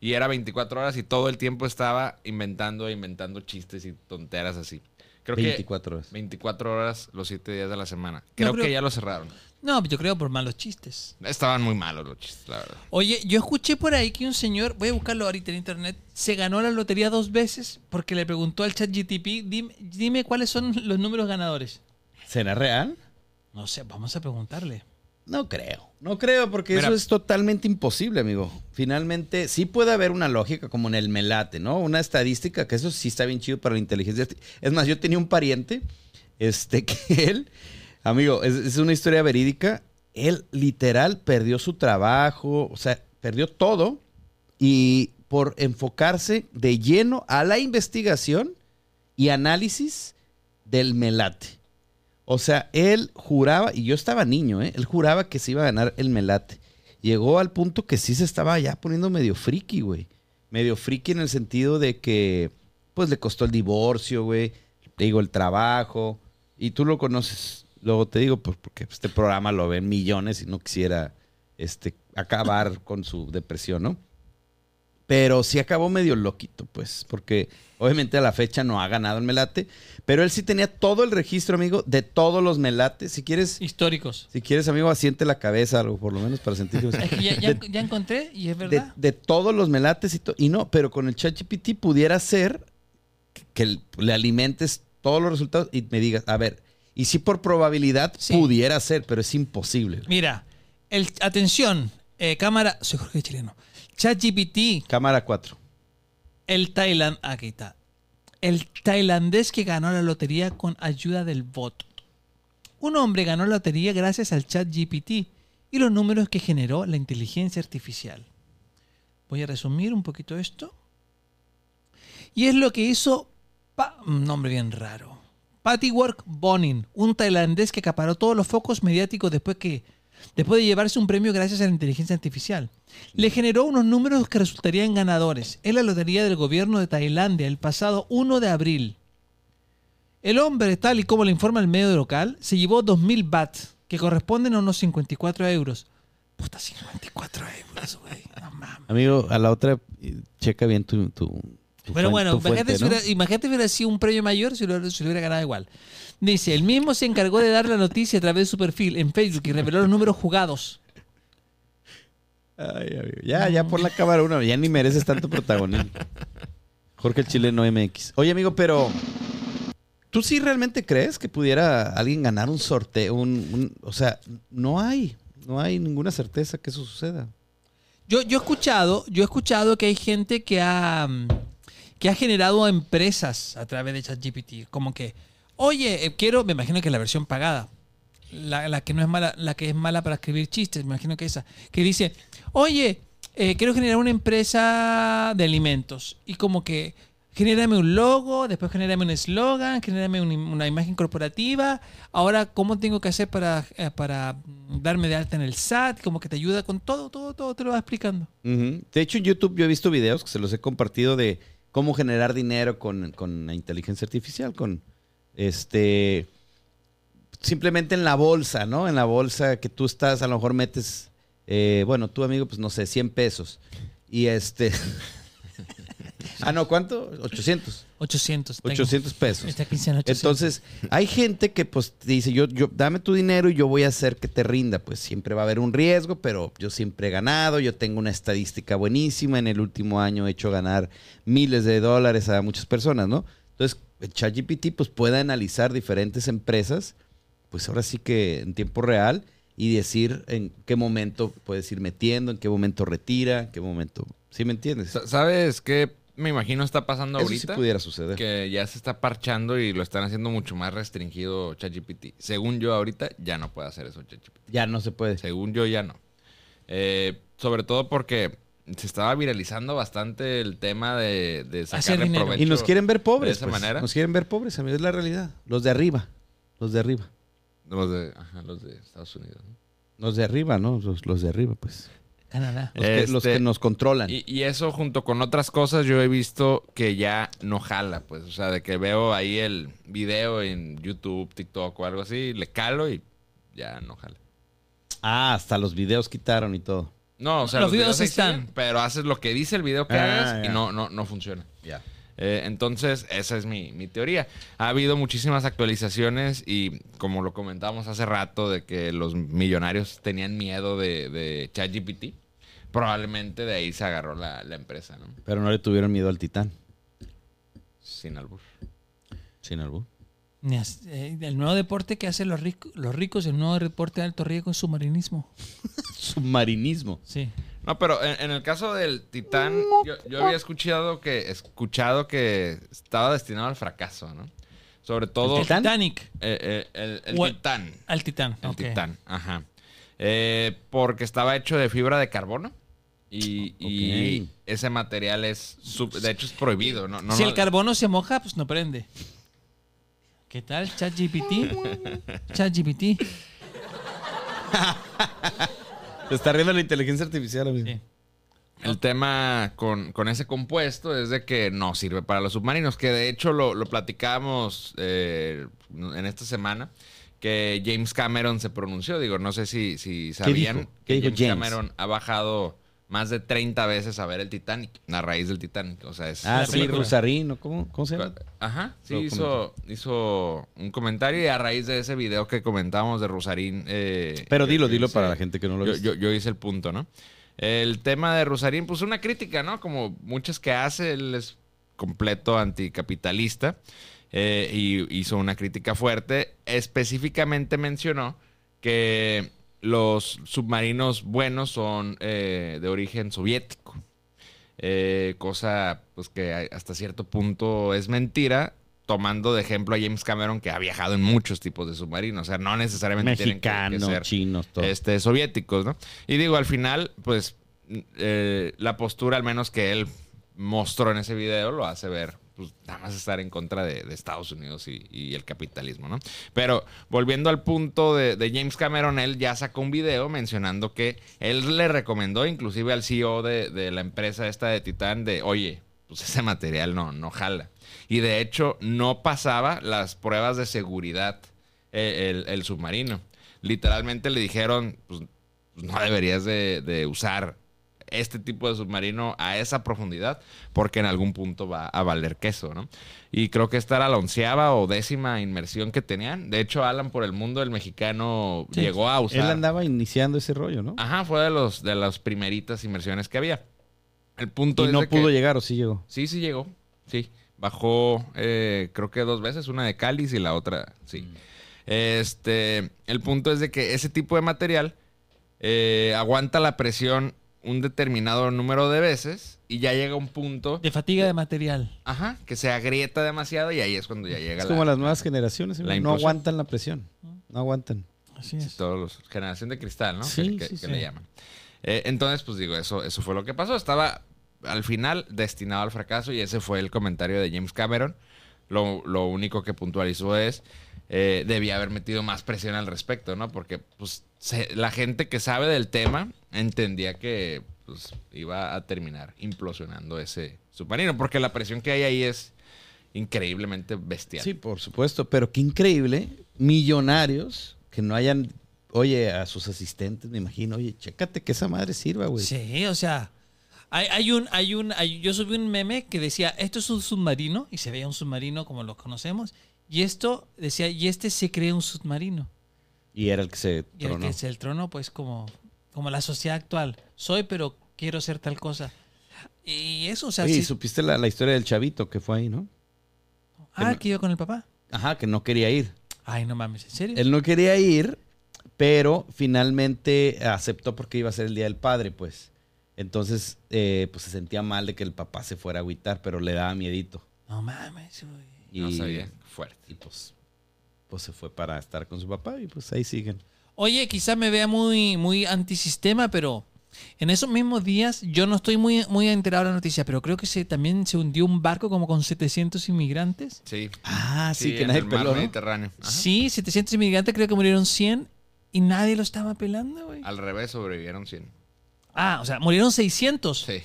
D: Y era 24 horas y todo el tiempo estaba inventando e inventando chistes y tonteras así. Creo que
A: 24 horas.
D: 24 horas los 7 días de la semana. Creo
C: pero-
D: que ya lo cerraron.
C: No, yo creo por malos chistes.
D: Estaban muy malos los chistes, la verdad.
C: Oye, yo escuché por ahí que un señor, voy a buscarlo ahorita en internet, se ganó la lotería dos veces porque le preguntó al chat GTP, dime, dime cuáles son los números ganadores.
A: ¿Será real?
C: No sé, vamos a preguntarle.
A: No creo. No creo, porque
D: Mira.
A: eso es totalmente imposible, amigo. Finalmente, sí puede haber una lógica como en el melate, ¿no? Una estadística, que eso sí está bien chido para la inteligencia. arti- Es más, yo tenía un pariente, este, que él, amigo, es, es una historia verídica. Él literal perdió su trabajo, o sea, perdió todo y por enfocarse de lleno a la investigación y análisis del melate. O sea, él juraba, y yo estaba niño, ¿eh? él juraba que se iba a ganar el melate. Llegó al punto que sí se estaba ya poniendo medio friki, güey. Medio friki en el sentido de que, pues le costó el divorcio, güey. Te digo, el trabajo. Y tú lo conoces. Luego te digo, pues porque este programa lo ven millones y no quisiera este, acabar con su depresión, ¿no? Pero sí acabó medio loquito, pues, porque obviamente a la fecha no ha ganado el melate, pero él sí tenía todo el registro, amigo, de todos los melates. Si quieres,
C: Históricos.
A: si quieres, amigo, asiente la cabeza algo, por lo menos para sentir que-
C: Es que ya, ya- ya encontré y es
A: de,
C: verdad.
A: de todos los melates y, to- y no, pero con el ChatGPT pudiera ser que, que le alimentes todos los resultados y me digas, a ver, y si por probabilidad
C: Sí.
A: pudiera ser, pero es imposible.
C: Mira, el, atención, eh, cámara, soy Jorge Chileno. Chat GPT,
A: Cámara 4.
C: el tailand, aquí está. El tailandés que ganó la lotería con ayuda del bot. Un hombre ganó la lotería gracias al chat GPT y los números que generó la inteligencia artificial. Voy a resumir un poquito esto. Y es lo que hizo Pa- un nombre bien raro. Pattywork Bonin, un tailandés que acaparó todos los focos mediáticos después que después de llevarse un premio gracias a la inteligencia artificial. Le generó unos números que resultarían ganadores en la lotería del gobierno de Tailandia el pasado 1 de abril. El hombre, tal y como le informa el medio local, se llevó 2.000 bat, que corresponden a unos 54 euros. Puta, 54 euros, güey. No mames.
A: Amigo, a la otra, eh, checa bien tu. tu, tu
C: Pero
A: fuen-
C: bueno,
A: tu
C: imagínate,
A: fuente,
C: si
A: ¿no?
C: hubiera, imagínate hubiera sido un premio mayor si lo, si lo hubiera ganado igual. Dice, el mismo se encargó de dar la noticia a través de su perfil en Facebook y reveló los números jugados.
A: Ay, amigo, Ya, ya por la cámara uno, ya ni mereces tanto protagonismo. Jorge el Chileno MX. Oye, amigo, pero ¿tú sí realmente crees que pudiera alguien ganar un sorteo? Un, un- o sea, no hay, no hay ninguna certeza que eso suceda.
C: Yo, yo he escuchado, yo he escuchado que hay gente que ha mm, que ha generado empresas a través de ChatGPT. Como que, oye, eh, quiero, me imagino que la versión pagada. La, la que no es mala, la que es mala para escribir chistes, me imagino que esa. Que dice, oye, eh, quiero generar una empresa de alimentos. Y como que genérame un logo, después genérame un eslogan, genérame un im- una imagen corporativa. Ahora, ¿cómo tengo que hacer para, eh, para mm, darme de alta en el SAT? Como que te ayuda con todo, todo, todo, te lo va explicando.
A: Ujú. De hecho, en YouTube yo he visto videos que se los he compartido de cómo generar dinero con, con la inteligencia artificial, con este. Simplemente en la bolsa, ¿no? En la bolsa que tú estás, a lo mejor metes, eh, bueno, tú amigo, pues no sé, 100 pesos. Y este. Ah, no, ¿cuánto? 800.
C: 800. tengo.
A: 800 pesos.
C: Esta quincena 800.
A: Entonces, hay gente que pues te dice, yo, yo, dame tu dinero y yo voy a hacer que te rinda. Pues siempre va a haber un riesgo, pero yo siempre he ganado, yo tengo una estadística buenísima. En el último año he hecho ganar miles de dólares a muchas personas, ¿no? Entonces, ChatGPT pues puede analizar diferentes empresas, pues ahora sí que en tiempo real y decir en qué momento puedes ir metiendo, en qué momento retira, en qué momento... ¿Sí me entiendes?
D: Sa- ¿Sabes qué me imagino está pasando
A: Eso sí
D: ahorita?
A: pudiera suceder.
D: que ya se está parchando y lo están haciendo mucho más restringido ChatGPT. Según yo ahorita ya no puede hacer eso ChatGPT.
A: Ya no se puede.
D: Según yo ya no. Eh, sobre todo porque se estaba viralizando bastante el tema de, de sacarle
C: dinero.
D: provecho.
A: Y nos quieren ver pobres.
D: de esa
A: pues.
D: manera.
A: Nos quieren ver pobres, amigos. Es la realidad. Los de arriba. Los de arriba.
D: Los de, ajá, los de Estados Unidos. ¿no?
A: Los de arriba, ¿no? Los, los de arriba, pues.
C: Canadá.
A: Los, que, los
D: Este,
A: que nos controlan.
D: Y, y eso junto con otras cosas yo he visto que ya no jala, pues, o sea, de que veo ahí el video en YouTube, TikTok o algo así, le calo y ya no jala.
A: Ah, hasta los videos quitaron y todo.
D: No, o sea,
C: Los videos
D: ahí
C: están.
D: siguen, pero haces lo que dice el video que
A: Ah,
D: hagas
A: ya.
D: y no, no, no funciona.
A: Ya.
D: Eh, entonces, esa es mi, mi teoría. Ha habido muchísimas actualizaciones y como lo comentábamos hace rato de que los millonarios tenían miedo de, de ChatGPT, probablemente de ahí se agarró la, la empresa, ¿no?
A: Pero no le tuvieron miedo al titán.
D: Sin albur.
A: Sin albur.
C: Ni as- eh, El nuevo deporte que hacen los, rico- los ricos, el nuevo deporte de alto riesgo es submarinismo.
A: Submarinismo.
C: Sí.
D: No, pero en, en el caso del Titán, yo, yo había escuchado que, escuchado que estaba destinado al fracaso, ¿no? Sobre todo
A: ¿El Titán?
C: Titanic.
D: eh, eh, el, el
C: O-
D: Titán.
C: Al Titán.
D: El
C: ok.
D: titán, ajá. Eh, porque estaba hecho de fibra de carbono. Y, y
A: Ok.
D: ese material es, sub- de hecho, es prohibido. No, no,
C: si
D: no-
C: el carbono se moja, pues no prende. ¿Qué tal, ChatGPT? ChatGPT.
A: Se está riendo la inteligencia artificial, amigo.
C: Sí.
D: el tema con, con ese compuesto es de que no sirve para los submarinos, que de hecho lo, lo platicábamos eh, en esta semana, que James Cameron se pronunció. Digo, no sé si, si sabían
A: dijo? ¿Qué
D: que
A: dijo
D: James,
A: James?
D: Cameron ha bajado más de 30 veces a ver el Titanic, a raíz del Titanic. O sea, es...
A: Ah,
C: La
A: sí,
C: película.
A: Rusarino. ¿Cómo, ¿Cómo se llama?
D: Ajá, sí,
A: Lo
D: hizo, hizo un comentario y a raíz de ese video que comentábamos de Rosarín. eh,
A: Pero
D: yo-
A: dilo,
D: yo
A: dilo
D: hice-
A: para la gente que no lo
D: Yo,
A: ve.
D: yo- yo hice el punto, ¿no? El tema de Rosarín, pues una crítica, ¿no? Como muchas que hace, él es completo anticapitalista eh, y hizo una crítica fuerte. Específicamente mencionó que los submarinos buenos son eh, de origen soviético. Eh, cosa pues que a- hasta cierto punto es mentira, tomando de ejemplo a James Cameron que ha viajado en muchos tipos de submarinos, o sea, no necesariamente tienen que-
A: Mexicanos,
D: que, ser
A: chinos, todo.
D: este, soviéticos, ¿no? Y digo, al final, pues n- eh, la postura al menos que él mostró en ese video lo hace ver, pues nada más estar en contra de, de Estados Unidos y, y el capitalismo, ¿no? Pero volviendo al punto de, de James Cameron, él ya sacó un video mencionando que él le recomendó inclusive al CEO de, de la empresa esta de Titán de, oye, pues ese material no, no jala. Y de hecho no pasaba las pruebas de seguridad eh, el, el submarino. Literalmente le dijeron, pues no deberías de, de usar este tipo de submarino a esa profundidad porque en algún punto va a valer queso, ¿no? Y creo que esta era la onceava o décima inmersión que tenían. De hecho, Alan por el mundo, el mexicano,
C: Sí.
D: llegó a usar... Ah,
A: Él andaba iniciando ese rollo, ¿no?
D: Ajá, fue de, los, de las primeritas inmersiones que había. El punto
A: y
D: es
A: no
D: de
A: pudo
D: que-
A: llegar, o sí llegó.
D: Sí, sí llegó. Sí. Bajó, eh, creo que dos veces, una de cáliz y la otra, sí.
A: Mm.
D: Este, el punto es de que ese tipo de material eh, aguanta la presión un determinado número de veces y ya llega un punto,
C: De fatiga de material.
D: ajá, que se agrieta demasiado y ahí es cuando ya llega
A: Es
D: la,
A: como las nuevas generaciones,
D: la
A: amigo. no
D: implosión.
A: aguantan la presión. No aguantan.
C: Así
D: Sí,
C: es.
D: todos los generación de cristal, ¿no?
A: Sí,
D: que que-
A: sí,
D: que
A: sí.
D: le llaman. Eh, entonces, pues digo, eso, eso fue lo que pasó. Estaba al final destinado al fracaso y ese fue el comentario de James Cameron. Lo, lo único que puntualizó es, eh, debía haber metido más presión al respecto, ¿no? Porque pues, se- la gente que sabe del tema entendía que pues, iba a terminar implosionando ese submarino, porque la presión que hay ahí es increíblemente bestial.
A: Sí, por supuesto, pero qué increíble, millonarios que no hayan, oye, a sus asistentes, me imagino, oye, chécate que esa madre sirva, güey.
C: Sí, o sea, Hay, hay un, hay un, hay- yo subí un meme que decía, esto es un submarino, y se veía un submarino como los conocemos, y esto decía, y este se cree un submarino.
A: Y era el que se
C: Y el
A: tronó.
C: que es el trono, pues como, como la sociedad actual. Soy, pero quiero ser tal cosa. Y eso, o sea,
A: Oye,
C: sí-
A: y supiste la, la historia del chavito que fue ahí, ¿no?
D: em
C: ah, que iba con el papá.
A: Ajá, que no quería ir.
C: Ay, no mames, ¿en serio?
A: Él no quería ir, pero finalmente aceptó porque iba a ser el Día del Padre, pues. Entonces, eh, pues se sentía mal de que el papá se fuera a agüitar, pero le daba miedito.
C: No mames, güey.
A: Y,
D: No sabía. Fuerte.
A: Y pues, pues se fue para estar con su papá y pues ahí siguen.
C: Oye, quizás me vea muy, muy antisistema, pero en esos mismos días yo no estoy muy, muy enterado de la noticia, pero creo que se, también se hundió un barco como con 700 inmigrantes.
D: Sí.
A: Ah, sí, que
D: en
A: nadie
D: el mar
A: peló, ¿no?
D: Mediterráneo. Ajá.
C: Sí, 700 inmigrantes, creo que murieron 100 y nadie lo estaba pelando, güey.
D: Al revés sobrevivieron 100.
C: Ah, o sea, murieron 600.
D: Sí.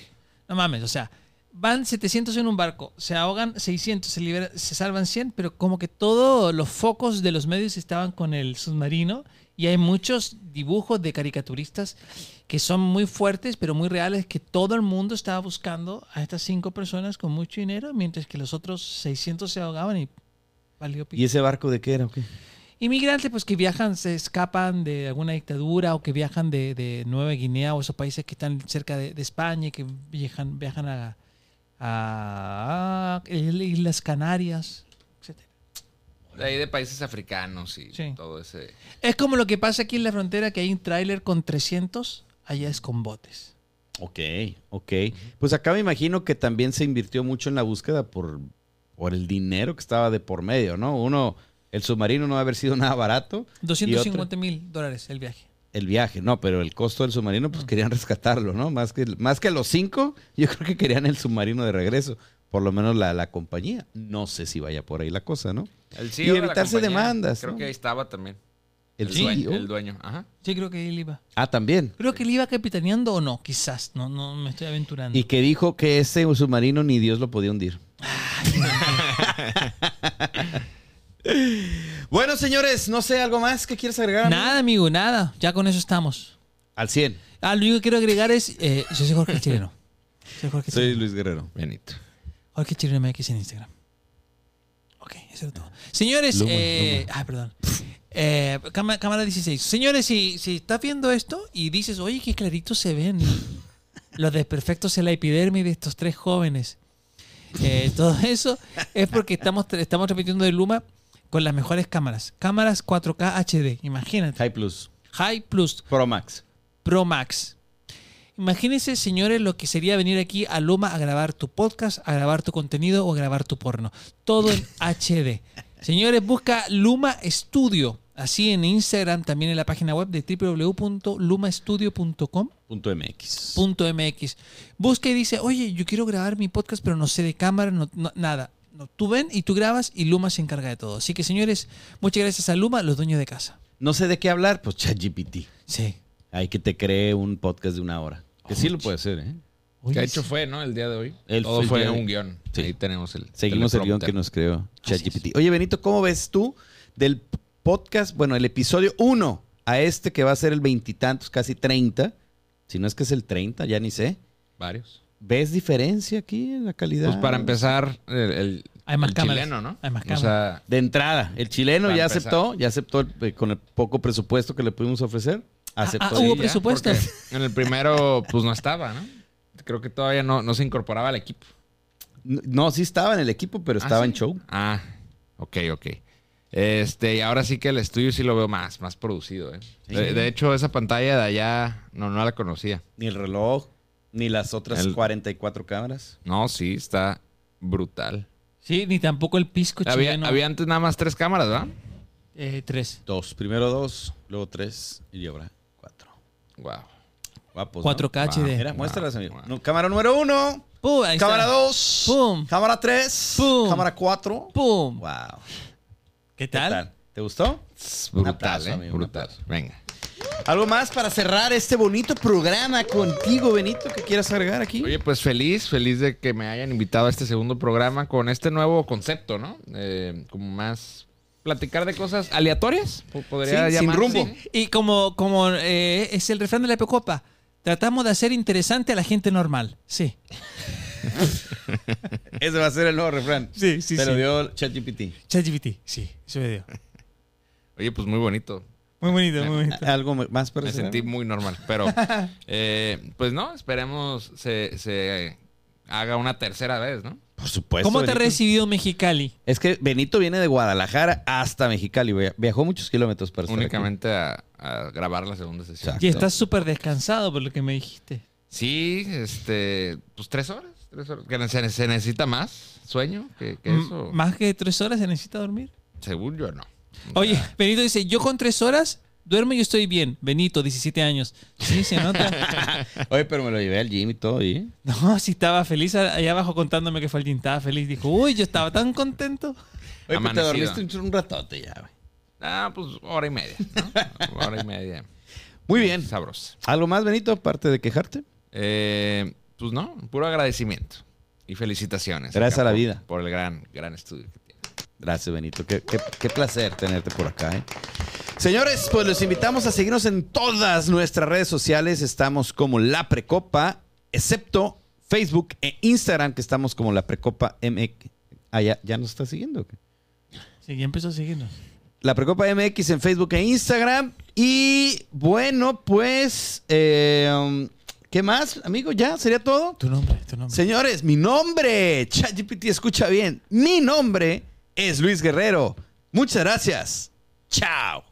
C: No mames, o sea, van 700 en un barco, se ahogan 600, se, libera- se salvan 100, pero como que todos los focos de los medios estaban con el submarino y hay muchos dibujos de caricaturistas que son muy fuertes, pero muy reales, que todo el mundo estaba buscando a estas cinco personas con mucho dinero, mientras que los otros 600 se ahogaban y valió
A: ¿Y
C: pico.
A: ese barco de qué era o qué?
C: Inmigrantes pues que viajan, se escapan de alguna dictadura o que viajan de, de Nueva Guinea o esos países que están cerca de, de España y que viajan, viajan a, a, Islas Canarias, etc.
D: De ahí de países africanos y
C: Sí.
D: todo ese.
C: Es como lo que pasa aquí en la frontera que hay un tráiler con 300, allá es con botes.
A: Ok, ok. Pues acá me imagino que también se invirtió mucho en la búsqueda por, por el dinero que estaba de por medio, ¿no? Uno, el submarino no va a haber sido nada barato. Y otro,
C: 250 mil dólares el viaje.
A: el viaje, no, pero el costo del submarino, pues querían rescatarlo, ¿no? Más que, más que los cinco, yo creo que querían el submarino de regreso. Por lo menos la, la compañía. No sé si vaya por ahí la cosa, ¿no?
D: El
A: Y
D: CEO de la
A: evitarse
D: compañía,
A: demandas,
D: Creo
A: ¿no?
D: que ahí estaba también.
A: El,
D: dueño.
A: CEO.
D: El dueño. Ajá.
C: Sí, creo que él iba.
A: Ah, también.
C: Creo que él iba capitaneando o no, quizás, no, no me estoy aventurando.
A: Y que dijo que ese submarino ni Dios lo podía hundir. bueno, señores, no sé, ¿algo más que quieres agregar? amigo?
C: Nada, amigo, nada, ya con eso estamos.
A: Al 100.
C: Ah, lo único que quiero agregar es, eh, yo soy Jorge el Chileno. Soy Jorge el Chileno.
A: Luis Guerrero.
D: Benito.
C: Jorge Chirino MX en Instagram. Ok, eso es todo. Señores,
A: Luma,
C: eh,
A: Luma.
C: ah, perdón. Eh, cama- cámara, 16. Señores, si, si estás viendo esto y dices, oye, qué clarito se ven los desperfectos en la epidermis de estos tres jóvenes. Eh, todo eso es porque estamos, estamos repitiendo de Luma con las mejores cámaras. Cámaras 4K HD, imagínate.
A: High Plus.
C: High Plus.
A: Pro Max.
C: Pro Max. Imagínense, señores, lo que sería venir aquí a Loma a grabar tu podcast, a grabar tu contenido o a grabar tu porno. Todo en HD. Señores, busca Luma Studio. Así en Instagram, también en la página web de www.lumastudio.com.mx.
A: Punto MX.
C: Busca y dice, oye, yo quiero grabar mi podcast, pero no sé de cámara, no, no- nada. No, tú ven y tú grabas y Luma se encarga de todo. Así que, señores, muchas gracias a Luma, los dueños de casa.
A: No sé de qué hablar, pues ChatGPT.
C: Sí.
A: Hay que te cree un podcast de una hora. Que sí lo puede hacer, ¿eh?
D: Que de hecho fue, ¿no? El día de hoy.
A: El-
D: todo
A: el
D: fue
A: día de-
D: un guión.
A: Sí.
D: Ahí tenemos el.
A: Seguimos el guión
D: teleprompter.
A: que nos creó
C: Así
A: ChatGPT. Oye, Benito, ¿cómo ves tú del podcast, bueno, el episodio 1 a este que va a ser el veintitantos, casi 30? Si no es que es el 30, ya ni sé.
D: Varios.
A: ¿Ves diferencia aquí en la calidad?
D: Pues para empezar, el, el-
C: Hay más
D: el
C: cámaras.
D: chileno, ¿no?
C: Hay más
D: O sea,
A: De entrada, el chileno
D: Para
A: ya
D: empezar.
A: aceptó, ya aceptó el- eh, con el poco presupuesto que le pudimos ofrecer. Aceptó.
C: ah, hubo
A: Sí,
D: ya,
A: ya.
C: presupuesto.
D: porque En el primero, pues no estaba, ¿no? Creo que todavía no, no se incorporaba al equipo.
A: No, sí estaba en el equipo, pero estaba
D: ¿sí?
A: en show.
D: Ah, ok, ok. Este, y ahora sí que el estudio sí lo veo más, más producido, ¿eh? De, de hecho, esa pantalla de allá no, no la conocía.
A: Ni el reloj, ni las otras
D: El-
A: 44 cámaras.
D: No, sí, está brutal.
C: Sí, ni tampoco el pisco
D: Había,
C: chileno.
D: había antes nada más tres cámaras, ¿verdad?
C: Eh, tres.
A: Dos, primero dos, luego tres y ahora cuatro.
D: Wow.
A: Guapos. ¿no? Ah,
C: 4K
D: Wow.
A: Mira,
C: HD.
A: muéstralas, amigo.
D: Wow.
A: No, cámara número uno,
C: Pum, ahí está.
A: cámara dos,
C: Pum.
A: cámara tres,
C: Pum.
A: cámara cuatro.
C: Pum.
A: Wow.
C: ¿Qué
A: ¿Qué
C: tal?
A: tal? ¿Te gustó? Un
D: Brutal,
A: aplauso,
D: ¿eh?
A: amigo, un
D: brutal.
A: aplauso.
D: Venga.
A: ¿Algo más para cerrar este bonito programa contigo, Benito, que quieras agregar aquí?
D: Oye, pues feliz, feliz de que me hayan invitado a este segundo programa con este nuevo concepto, ¿no? Eh, como más platicar de cosas aleatorias, po- podría
A: Sí, sin
D: llamarse.
A: rumbo.
D: Sí.
C: Y como, como eh, es el refrán de la epocopa, Tratamos de hacer interesante a la gente normal. Sí.
A: Ese va a ser el nuevo refrán.
C: Sí, sí,
A: Te lo
C: sí.
A: dio ChatGPT.
C: ChatGPT. Sí, eso me dio.
D: Oye, pues muy bonito.
C: Muy bonito, muy bonito.
A: Algo más para
D: Me
A: cerrar?
D: sentí muy normal. Pero, eh, pues no, esperemos se, se haga una tercera vez, ¿no?
A: Por supuesto.
C: ¿Cómo te ha
A: Benito.
C: recibido Mexicali?
A: Es que Benito viene de Guadalajara hasta Mexicali. güey. Viajó muchos kilómetros para estar aquí.
D: Únicamente a, a grabar la segunda sesión.
A: Pues Exacto.
C: Y estás súper descansado por lo que me dijiste.
D: Sí, este, pues tres horas. Tres horas. Que se, se necesita más sueño que, que eso.
C: M- Más que tres horas se necesita dormir.
D: Según yo, no.
C: Oye, Benito dice, yo con tres horas duermo y estoy bien. Benito, 17 años. Sí, se nota.
A: Oye, pero me lo llevé al gym y todo. ¿y?
C: No, si estaba feliz allá abajo contándome que fue al gym, estaba feliz. Dijo, uy, yo estaba tan contento.
A: Oye, pero te
D: Amanecido.
A: dormiste un, chur- un ratote ya, güey.
D: Ah, pues hora y media, ¿no? Hora y media.
A: Muy bien.
D: Sabroso.
A: ¿Algo más, Benito, aparte de quejarte?
D: Eh, pues no, puro agradecimiento. Y felicitaciones.
A: Gracias
D: acá
A: a la
D: por-
A: vida.
D: Por el gran, gran estudio que tiene.
A: Gracias, Benito. Qué, qué- qué placer tenerte por acá. ¿eh? Señores, pues los invitamos a seguirnos en todas nuestras redes sociales. Estamos como La Precopa, excepto Facebook e Instagram, que estamos como La Precopa MX. Ah, ya, ya nos está siguiendo. o qué?
C: Sí, ya empezó a seguirnos.
A: La Precopa MX en Facebook e Instagram. Y bueno, pues, eh, ¿qué más, amigo? ¿Ya? ¿Sería todo?
C: Tu nombre, tu nombre.
A: Señores, mi nombre, ChatGPT, escucha bien. Mi nombre es Luis Guerrero. Muchas gracias. Chao.